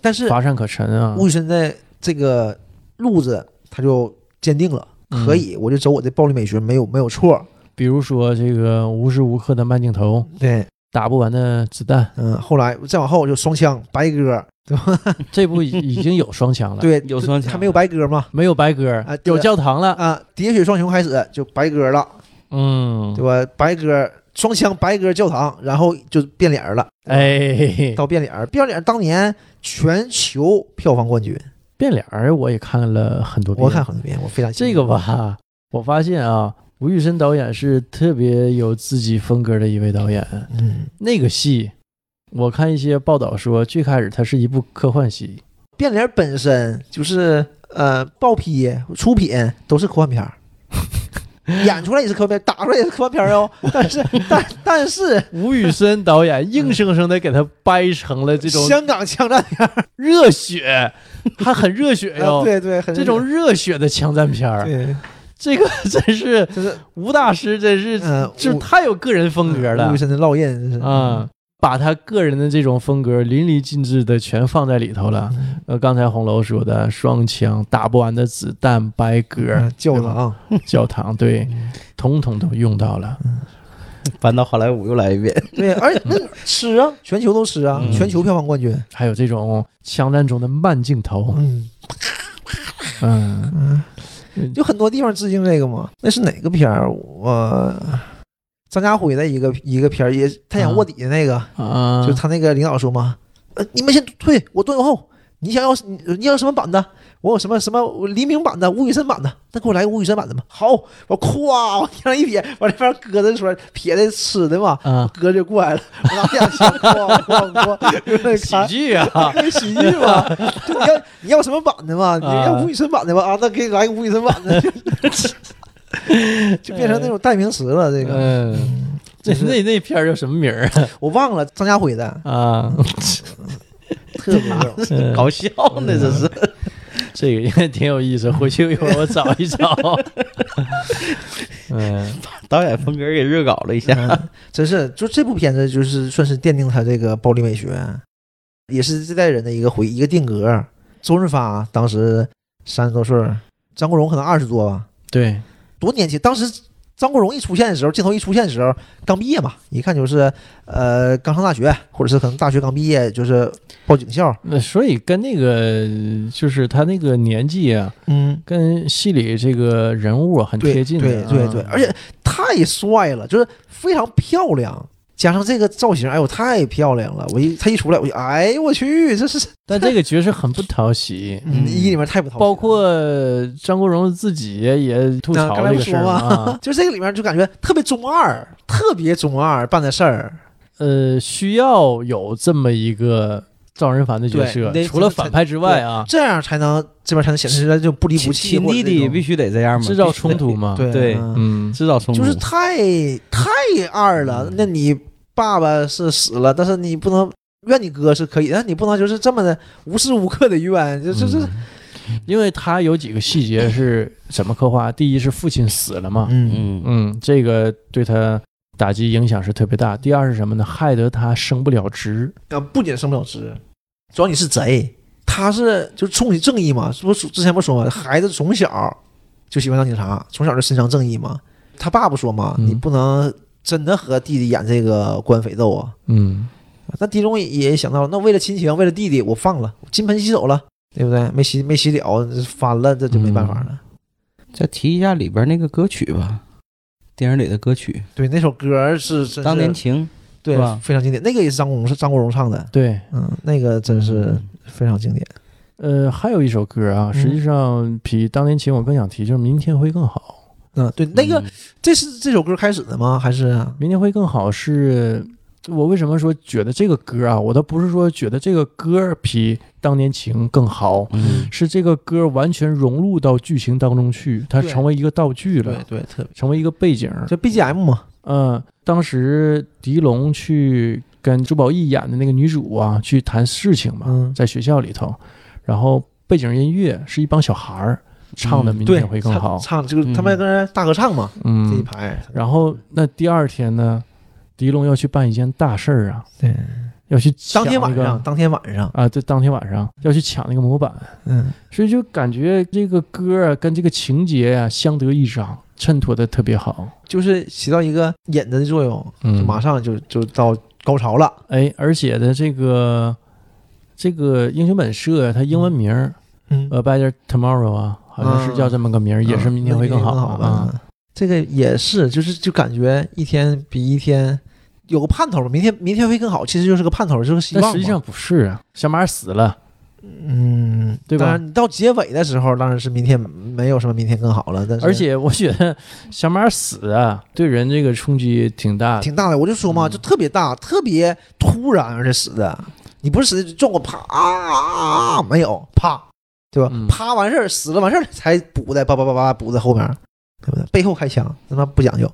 [SPEAKER 3] 但嗯是
[SPEAKER 1] 乏善可陈啊，
[SPEAKER 3] 吴宇森在这个路子他就坚定了，
[SPEAKER 1] 嗯
[SPEAKER 3] 可以，我就走我这暴力美学，没有没有错。
[SPEAKER 1] 比如说这个无时无刻的慢镜头，
[SPEAKER 3] 对，
[SPEAKER 1] 打不完的子
[SPEAKER 3] [laughs]
[SPEAKER 1] 弹，
[SPEAKER 3] 嗯，后来再往后就双枪白鸽，对吧？
[SPEAKER 1] 这部已已经啊有双枪了，，
[SPEAKER 3] 对，
[SPEAKER 2] 有双枪
[SPEAKER 3] 他没有白鸽嘛？
[SPEAKER 1] 没有白鸽，
[SPEAKER 3] 啊对
[SPEAKER 1] 有教堂了，
[SPEAKER 3] 啊，喋血双雄开始就白鸽了，
[SPEAKER 1] 嗯
[SPEAKER 3] 对，吧？白鸽双枪白鸽教堂，然后就变脸儿了，
[SPEAKER 1] 哎，
[SPEAKER 3] 到变脸儿，变脸儿当年全球票房冠军，
[SPEAKER 1] 变脸儿我也看了很多遍，
[SPEAKER 3] 我看很多遍，我非常喜欢
[SPEAKER 1] 这个吧，我发现啊，吴宇森导演是特别有自己风格的一位导演，
[SPEAKER 3] 嗯，
[SPEAKER 1] 那个戏。我看一些报道说，最开始它是一部科幻戏，
[SPEAKER 3] 变脸本身就是呃爆批出品都是科幻片儿， [laughs] 演出来也是科幻片儿，打出来也是科幻片儿哟。但是 [laughs] 但但是
[SPEAKER 1] 吴宇森导
[SPEAKER 3] [laughs]
[SPEAKER 1] 演硬生生的给他掰成了这种
[SPEAKER 3] 香港枪战片儿，
[SPEAKER 1] 热血，还很热血
[SPEAKER 3] [laughs] 啊
[SPEAKER 1] 哟。
[SPEAKER 3] 对对，很
[SPEAKER 1] 哎这种热血的枪战片儿，
[SPEAKER 3] 对，
[SPEAKER 1] 这个真是
[SPEAKER 3] 就是
[SPEAKER 1] 吴大师，真是
[SPEAKER 3] 嗯，
[SPEAKER 1] 就是
[SPEAKER 3] 吴
[SPEAKER 1] 太有个人风格了
[SPEAKER 3] 吴宇森的烙印，这是
[SPEAKER 1] 啊！把他个人的这种风格淋漓尽致的全放在里头了。呃，刚才红楼说的双枪、打不完的子弹、白鸽
[SPEAKER 3] 嗯、教
[SPEAKER 1] 对吧
[SPEAKER 3] 堂，
[SPEAKER 1] 教堂，对，统统都用到了。
[SPEAKER 2] 搬到好莱坞又来一遍。
[SPEAKER 3] 对，而且那 [laughs] 吃啊，全球都吃啊，
[SPEAKER 1] 嗯
[SPEAKER 3] 全球票房冠军，
[SPEAKER 1] 还有这种枪战中的慢镜头，
[SPEAKER 3] 嗯。
[SPEAKER 1] 嗯，
[SPEAKER 3] 就很多地方致敬这个嘛。那是哪个片儿？我张家辉的一个一个片儿，也他演卧底的那个，
[SPEAKER 1] 啊
[SPEAKER 3] 就，他那个领导说嘛，呃，你们先退，我断后。你想要你你要什么版的？我有什么什么黎明版的、吴宇森版的，那给我来个吴宇森版的吧。好，我咵往地上一撇，往这边搁着说撇的吃的嘛，
[SPEAKER 1] 啊，
[SPEAKER 3] 哥就过来了，我拿两枪哐哐哐，就那
[SPEAKER 1] 喜
[SPEAKER 3] 看。
[SPEAKER 1] 剧啊，
[SPEAKER 3] 那喜剧嘛，就你要你要什么版的嘛？你
[SPEAKER 1] 啊
[SPEAKER 3] 要吴宇森版的吧？啊，那给你来个吴宇森版
[SPEAKER 1] [laughs]
[SPEAKER 3] 的，就变成那种代名词了。这个
[SPEAKER 1] [laughs] 嗯，这
[SPEAKER 3] 就是
[SPEAKER 1] 那那片儿叫什么名儿啊
[SPEAKER 3] 我忘了，张家辉的
[SPEAKER 1] 啊？
[SPEAKER 3] 特别
[SPEAKER 1] [laughs]
[SPEAKER 3] 逗。
[SPEAKER 2] [laughs]
[SPEAKER 1] 嗯
[SPEAKER 2] 搞笑呢，这是
[SPEAKER 1] [laughs] 这个应该挺有意思，回去一会儿我找一找。 [laughs] 嗯，
[SPEAKER 2] 导演风格给热搞了一下。
[SPEAKER 3] 嗯真是，就这部片子就是算是奠定他这个暴力美学，也是这代人的一个回一个定格。周润发当时三十多岁儿，张国荣可能二十多吧，
[SPEAKER 1] 对，
[SPEAKER 3] 多年轻。当时张国荣一出现的时候，镜头一出现的时候，刚毕业嘛，一看就是呃刚上大学，或者是可能大学刚毕业，就是报警校。
[SPEAKER 1] 那所以跟那个就是他那个年纪啊，
[SPEAKER 3] 嗯，
[SPEAKER 1] 跟戏里这个人物啊很
[SPEAKER 3] 对
[SPEAKER 1] 贴近的
[SPEAKER 3] 对
[SPEAKER 1] 啊
[SPEAKER 3] 对对，而且太帅了，就是非常漂亮。加上这个造型，哎呦，太漂亮了！我一他一出来，我就哎呦我去，这是
[SPEAKER 1] 但这个角色很不讨喜。
[SPEAKER 3] [laughs] 嗯，一里面太不讨喜了，
[SPEAKER 1] 包括张国荣自己也吐
[SPEAKER 3] 那刚
[SPEAKER 1] 槽
[SPEAKER 3] 才
[SPEAKER 1] 这
[SPEAKER 3] 不
[SPEAKER 1] 个事
[SPEAKER 3] 说
[SPEAKER 1] 儿
[SPEAKER 3] 吗？
[SPEAKER 1] 啊，
[SPEAKER 3] 就这个里面就感觉特别中二，特别中二办的事儿。
[SPEAKER 1] 呃，需要有这么一个赵仁凡的角色
[SPEAKER 3] 对，那
[SPEAKER 1] 除了反派之外啊，
[SPEAKER 3] 这样才能这边才能显示出来就不离不
[SPEAKER 2] 亲
[SPEAKER 3] 弃，
[SPEAKER 2] 亲
[SPEAKER 3] 或者
[SPEAKER 2] 弟弟
[SPEAKER 3] 这
[SPEAKER 2] 必
[SPEAKER 3] 种
[SPEAKER 2] 须得这样嘛，
[SPEAKER 1] 制造冲突嘛，
[SPEAKER 3] 对
[SPEAKER 2] 对
[SPEAKER 3] 嗯
[SPEAKER 1] 嗯，
[SPEAKER 2] 制造冲突
[SPEAKER 3] 就是太太二了。那你爸爸是死了，但是你不能怨你哥是可以，但是你不能就是这么的无时无刻的怨，就
[SPEAKER 1] 嗯
[SPEAKER 3] 就这，
[SPEAKER 1] 因为他有几个细节是怎么刻画？第一是父亲死了嘛，
[SPEAKER 3] 嗯
[SPEAKER 2] 嗯嗯
[SPEAKER 1] 嗯，这个对他打击影响是特别大。第二是什么呢？害得他升不了职。
[SPEAKER 3] 啊，不仅升不了职，主要你是贼，他是就是冲你正义嘛，是不是之前不说嘛，孩子从小就喜欢当警察，从小就伸张正义嘛。他爸不说嘛，
[SPEAKER 1] 嗯
[SPEAKER 3] 你不能真的和弟弟演这个官匪斗啊。
[SPEAKER 1] 嗯，
[SPEAKER 3] 那狄龙也想到，那为了亲情，为了弟弟，我放了，我金盆洗手了，对不对？没洗没洗了，翻了，这就没办法了。
[SPEAKER 2] 再提一下里边那个歌曲吧，电影里的歌曲
[SPEAKER 3] 对，那首歌是真
[SPEAKER 2] 《
[SPEAKER 3] 是
[SPEAKER 2] 当年情
[SPEAKER 3] 对
[SPEAKER 2] 是吧
[SPEAKER 3] 非常经典，那个也是张国荣是张国荣唱的，
[SPEAKER 1] 对。
[SPEAKER 3] 嗯，那个真》是
[SPEAKER 2] 嗯
[SPEAKER 3] 非常经典。
[SPEAKER 1] 呃，还有一首歌啊，
[SPEAKER 3] 嗯
[SPEAKER 1] 实际上比当年情我更想提，就是《明天会更好
[SPEAKER 3] 嗯，对，那个
[SPEAKER 2] 嗯
[SPEAKER 3] 这是这首歌开始的吗？还是》。
[SPEAKER 1] 《明天会更好是》我为什么说觉得这个歌啊，我倒不是说觉得这个歌比当年情更好，
[SPEAKER 2] 嗯
[SPEAKER 1] 是这个歌完全融入到剧情当中去，它
[SPEAKER 3] 对
[SPEAKER 1] 成为一个道具
[SPEAKER 3] 对
[SPEAKER 1] 了，
[SPEAKER 3] 对，特别
[SPEAKER 1] 成为一个背景。
[SPEAKER 3] 就 BGM 嘛，
[SPEAKER 1] 嗯，当时狄龙去跟朱宝意演的那个女主啊，去谈事情嘛，
[SPEAKER 3] 嗯
[SPEAKER 1] 在学校里头，然后背景音乐是一帮小孩儿唱的《
[SPEAKER 2] 嗯
[SPEAKER 1] 明
[SPEAKER 3] 对
[SPEAKER 1] 天，会更好》
[SPEAKER 3] 唱唱就是
[SPEAKER 2] 嗯
[SPEAKER 3] 他们跟人大合唱嘛，
[SPEAKER 1] 嗯，
[SPEAKER 3] 这一排。
[SPEAKER 1] 然后那第二天呢，狄龙要去办一件大事儿啊，
[SPEAKER 3] 对，
[SPEAKER 1] 要去
[SPEAKER 3] 当
[SPEAKER 1] 抢
[SPEAKER 3] 天
[SPEAKER 1] 那
[SPEAKER 3] 晚
[SPEAKER 1] 个
[SPEAKER 3] 上，当天晚上，
[SPEAKER 1] 啊，对，当天晚上要去抢那个模板，
[SPEAKER 3] 嗯，
[SPEAKER 1] 所以就感觉这个歌啊跟这个情节啊相得益彰，衬托的特别好。
[SPEAKER 3] 就是起到一个引子的作用，就
[SPEAKER 1] 嗯
[SPEAKER 3] 马上就就到高潮了。
[SPEAKER 1] 哎，而且的这个这个英雄本社啊它英文名儿、
[SPEAKER 3] 嗯，
[SPEAKER 1] A Better Tomorrow 啊，好像是叫这么个名儿，也是明天会更好啊。
[SPEAKER 3] 吧？嗯这个也是，就是就感觉一天比一天有个盼头吧，明天明天会更好，其实就是个盼头，就是个希望
[SPEAKER 1] 但
[SPEAKER 3] 嘛。
[SPEAKER 1] 实际上不是啊，小马死了，
[SPEAKER 3] 嗯，
[SPEAKER 1] 对吧
[SPEAKER 3] 当然，你到结尾的时候，当然是明天没有什么明天更好了，但是
[SPEAKER 1] 而且我觉得小马死啊，对人这个冲击挺大的。
[SPEAKER 3] 挺大的。我就说
[SPEAKER 1] 嗯
[SPEAKER 3] 嘛，就特别大，特别突然而且死的，你不是死的撞过啪啊啊啊，没有啪，对吧？
[SPEAKER 1] 嗯
[SPEAKER 3] 啪完事儿死了完事儿才补的，叭叭叭叭叭补在后边儿，对不对？背后开枪，他妈不讲究。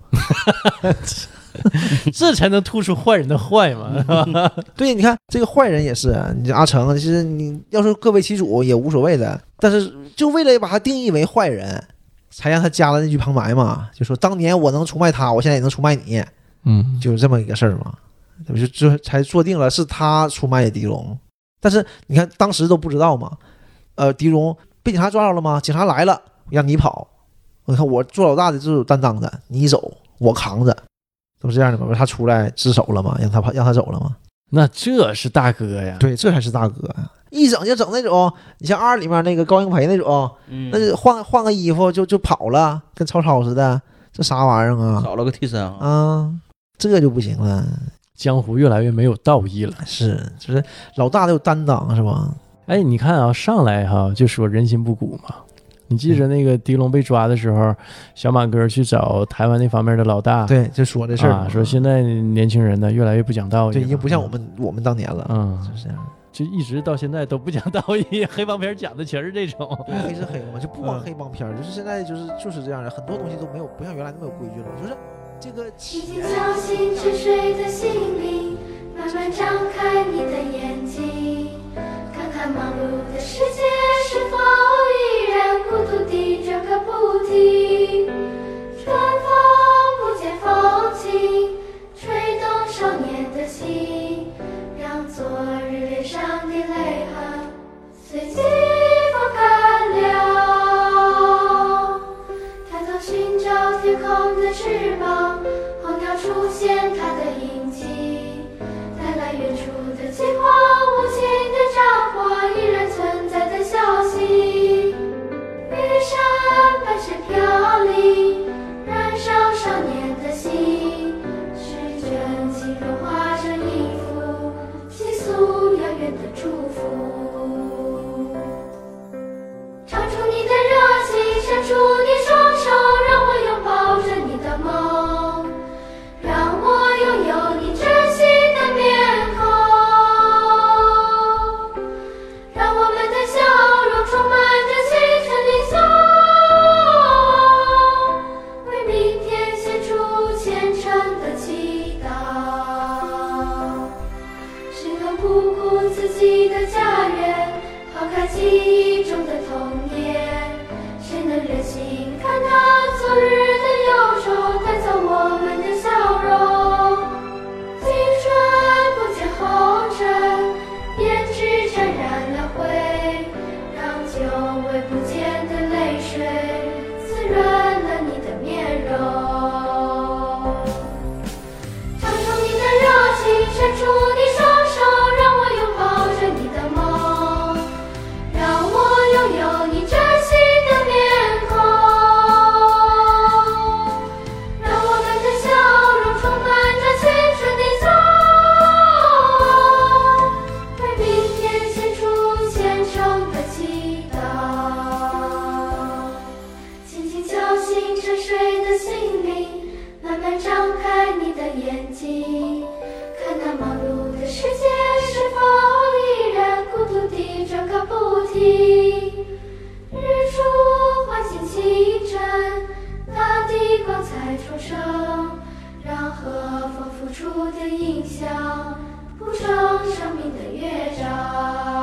[SPEAKER 1] 这才能突出坏人的坏嘛，是
[SPEAKER 3] 嗯
[SPEAKER 1] 吧？
[SPEAKER 3] 对，你看这个坏人也是，啊你这阿成，其实你要是各为其主也无所谓的，但是就为了把他定义为坏人，才让他加了那句旁白嘛，就说当年我能出卖他，我现在也能出卖你，
[SPEAKER 1] [laughs] 嗯，
[SPEAKER 3] 就是这么一个事儿嘛，对吧？就就才做定了是他出卖狄龙，但是你看当时都不知道嘛，呃，狄龙被警察抓着了吗？警察来了，让你跑，我看我做老大的就是有担当的，你走我扛着，都是这样的嘛。不是他出来自首了嘛，让他跑让他走了嘛。
[SPEAKER 1] 那这是大哥呀，
[SPEAKER 3] 对，这才是大哥啊！一整就整那种，你像二里面那个高英培那种，
[SPEAKER 2] 嗯
[SPEAKER 3] 那就换换个衣服就就跑了，跟曹操似的，这啥玩意儿啊？
[SPEAKER 2] 少了个替身啊，
[SPEAKER 3] 啊，这就不行了。
[SPEAKER 1] 江湖越来越没有道义了。
[SPEAKER 3] 是，就是老大得有担当是吧？
[SPEAKER 1] 哎，你看啊，上来哈、就说人心不古嘛。你记
[SPEAKER 3] 嗯
[SPEAKER 1] 着那个狄龙被抓的时候，小马哥去找台湾那方面的老大，
[SPEAKER 3] 对，就说这事儿嘛、
[SPEAKER 1] 啊，说现在年轻人呢越来越不讲道义了，
[SPEAKER 3] 对，已经不像我们我们当年了，
[SPEAKER 1] 嗯，
[SPEAKER 3] 就是这样。
[SPEAKER 1] 就一直到现在都不讲道义， [laughs] 黑帮片讲的全是这种。
[SPEAKER 3] 对，啊黑是黑嘛，就不光
[SPEAKER 1] 嗯
[SPEAKER 3] 黑帮片儿，就是现在就是就是这样的，很多东西都没有不像原来那么有规矩了，就是这个
[SPEAKER 4] 已经叫醒沉睡的心灵，慢慢张开你的眼睛，看看忙碌的世界是否依然孤独地转个不停。春风不解风情，吹动少年的心，让昨日脸上的泪痕随季风干流。抬头寻找天空的翅膀，候鸟出现它的印记，带来远处的饥荒，无情的战火依然存在的消息。玉山半山飘零，燃烧少年的心，是真情融化成一幅倾诉遥远的祝福。唱出你的热情，伸出你双手，让我拥抱着你的梦，让我拥有你真心的面孔，让我们的笑容充满着青春的笑容，为明天献出虔诚的祈祷。记忆中的童年。谁能忍心看他昨日的忧愁带走我们的笑容？青春不见红尘，胭脂沾染了灰，让久违不见的泪水滋润了你的面容。唱出你的热情，伸出你双手，让我拥抱着你的梦，让我拥有你真心的面孔，让我们的笑容充满着青春的笑容，为明天献出虔诚的祈祷。轻轻叫醒沉睡的心灵，慢慢张开你的眼睛，看那忙碌的世界是否依然孤独地转个不停。日出唤醒清晨，大地光彩重生，让和风拂出的音响谱成生命的乐章。